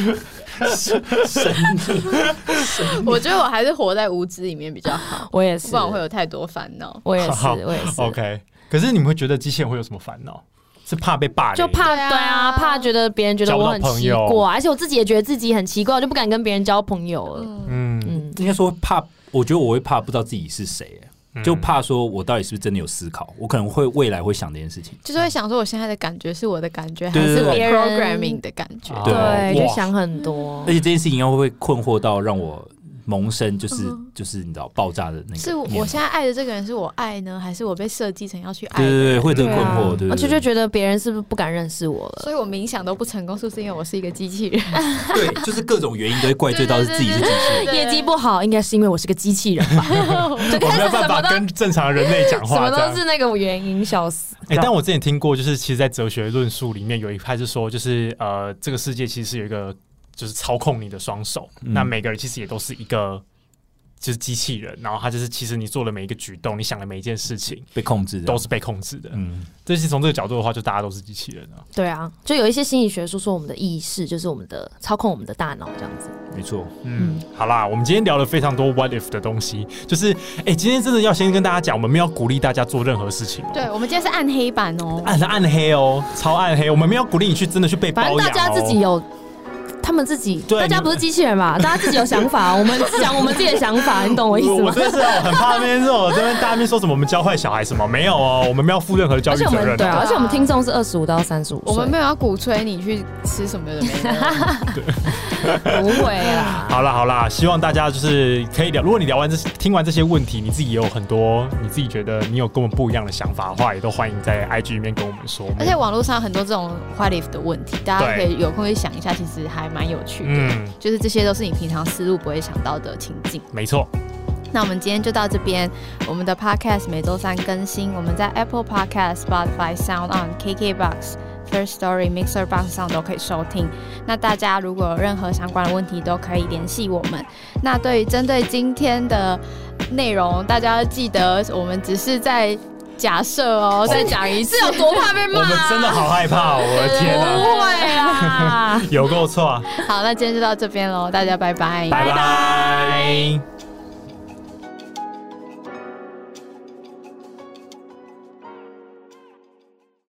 我觉得我还是活在无知里面比较
(laughs)
好，
我也是
不，然我会有太多烦恼。
我也是
好，
我也是。
OK，可是你们会觉得机器人会有什么烦恼？是怕被霸凌？
就怕
对啊
对啊，怕觉得别人觉得我很奇
交不到朋友
怪，而且我自己也觉得自己很奇怪，我就不敢跟别人交朋友了。
嗯，
嗯，
应该说怕，我觉得我会怕不知道自己是谁、欸
嗯
就怕说我到底是不是真的有思考，我可能会未来会想这件事情。
就是会想说，我现在的感觉是我的感觉，还
对
是我
对对
programming 的感觉？
啊
对，
哇哎
就想很多
而。且这件事情要会困惑到让我萌生，就是、就是你知道爆炸的那个念头，
嗯是我现在爱的这个人是我爱呢，还是我被设计成要去爱
对
的
对
人？
对，会有这个
对
困
啊
惑，
哦
对对
而且
对
就觉得别人是不是不敢认识我了？
所以我冥想都不成功，是不是因为我是一个机器人？
对，就是各种原因都会怪罪到是自己是机器人。
对
(laughs) 业绩不好，应该是因为我是个机器人
(laughs)
吧？就
我
开
没有办
始 (laughs) 什
法
么都
跟正常人类讲
什
话，
么
这样
都。是那个原因，笑死。
哎、但我之前听过，就是其实，在哲学论述里面有一派是说，就是呃，这个世界其实是有一个就是操控你的双手，
嗯
那每个人其实也都是一个就是机器人，然后他就是其实你做的每一个举动，你想的每一件事情
被控制的，
都是被控制的。
嗯，
这是从这个角度的话，就大家都是机器人啊。
对啊，就有一些心理学说说我们的意识就是我们的操控我们的大脑这样子。
没错，
嗯，好啦，我们今天聊了非常多 what if 的东西，就是哎、今天真的要先跟大家讲，我们没有鼓励大家做任何事情、哦。
对，我们今天是暗黑版哦。
暗暗黑哦，超暗黑，我们没有鼓励你去真的去被包
反
养、
正
哦。
大家自己有，他们自己，
对
大家
你
不是机器人吧？大家自己有想法，我们讲我们自己的想法，你懂我意思
我我
吗？
真的是哦很怕那边这种这边大家面说什么我们教坏小孩什么没有哦，我们没有负任何的教
而
育
且我
责
们
任。
对啊，
对啊
而且我们听众是二十五到三十五岁，
我们没有要鼓吹你去吃什么的没的，
不会啦。
好啦好啦，希望大家就是可以聊。如果你聊完这听完这些问题，你自己也有很多你自己觉得你有跟我们不一样的想法的话，也都欢迎在 IG 里面跟我们说。
而且网络上有很多这种 what if 的问题，大家可
对
以有空去想一下，其实还蛮有趣的。
嗯，
就是这些都是你平常思路不会想到的情境。
没错，
那我们今天就到这边。我们的 Podcast 每周三更新，我们在 Apple Podcast、Spotify、Sound On、KKBox、First Story、Mixer Box 上都可以收听。那大家如果有任何相关的问题，都可以联系我们。那对于针对今天的内容，大家要记得，我们只是在假设哦，再讲一次，有多怕被
我们真的好害怕、哦，我的天哪、
不会啊！
啊。
有够错啊，
好，那今天就到这边喽，大家拜拜，
拜拜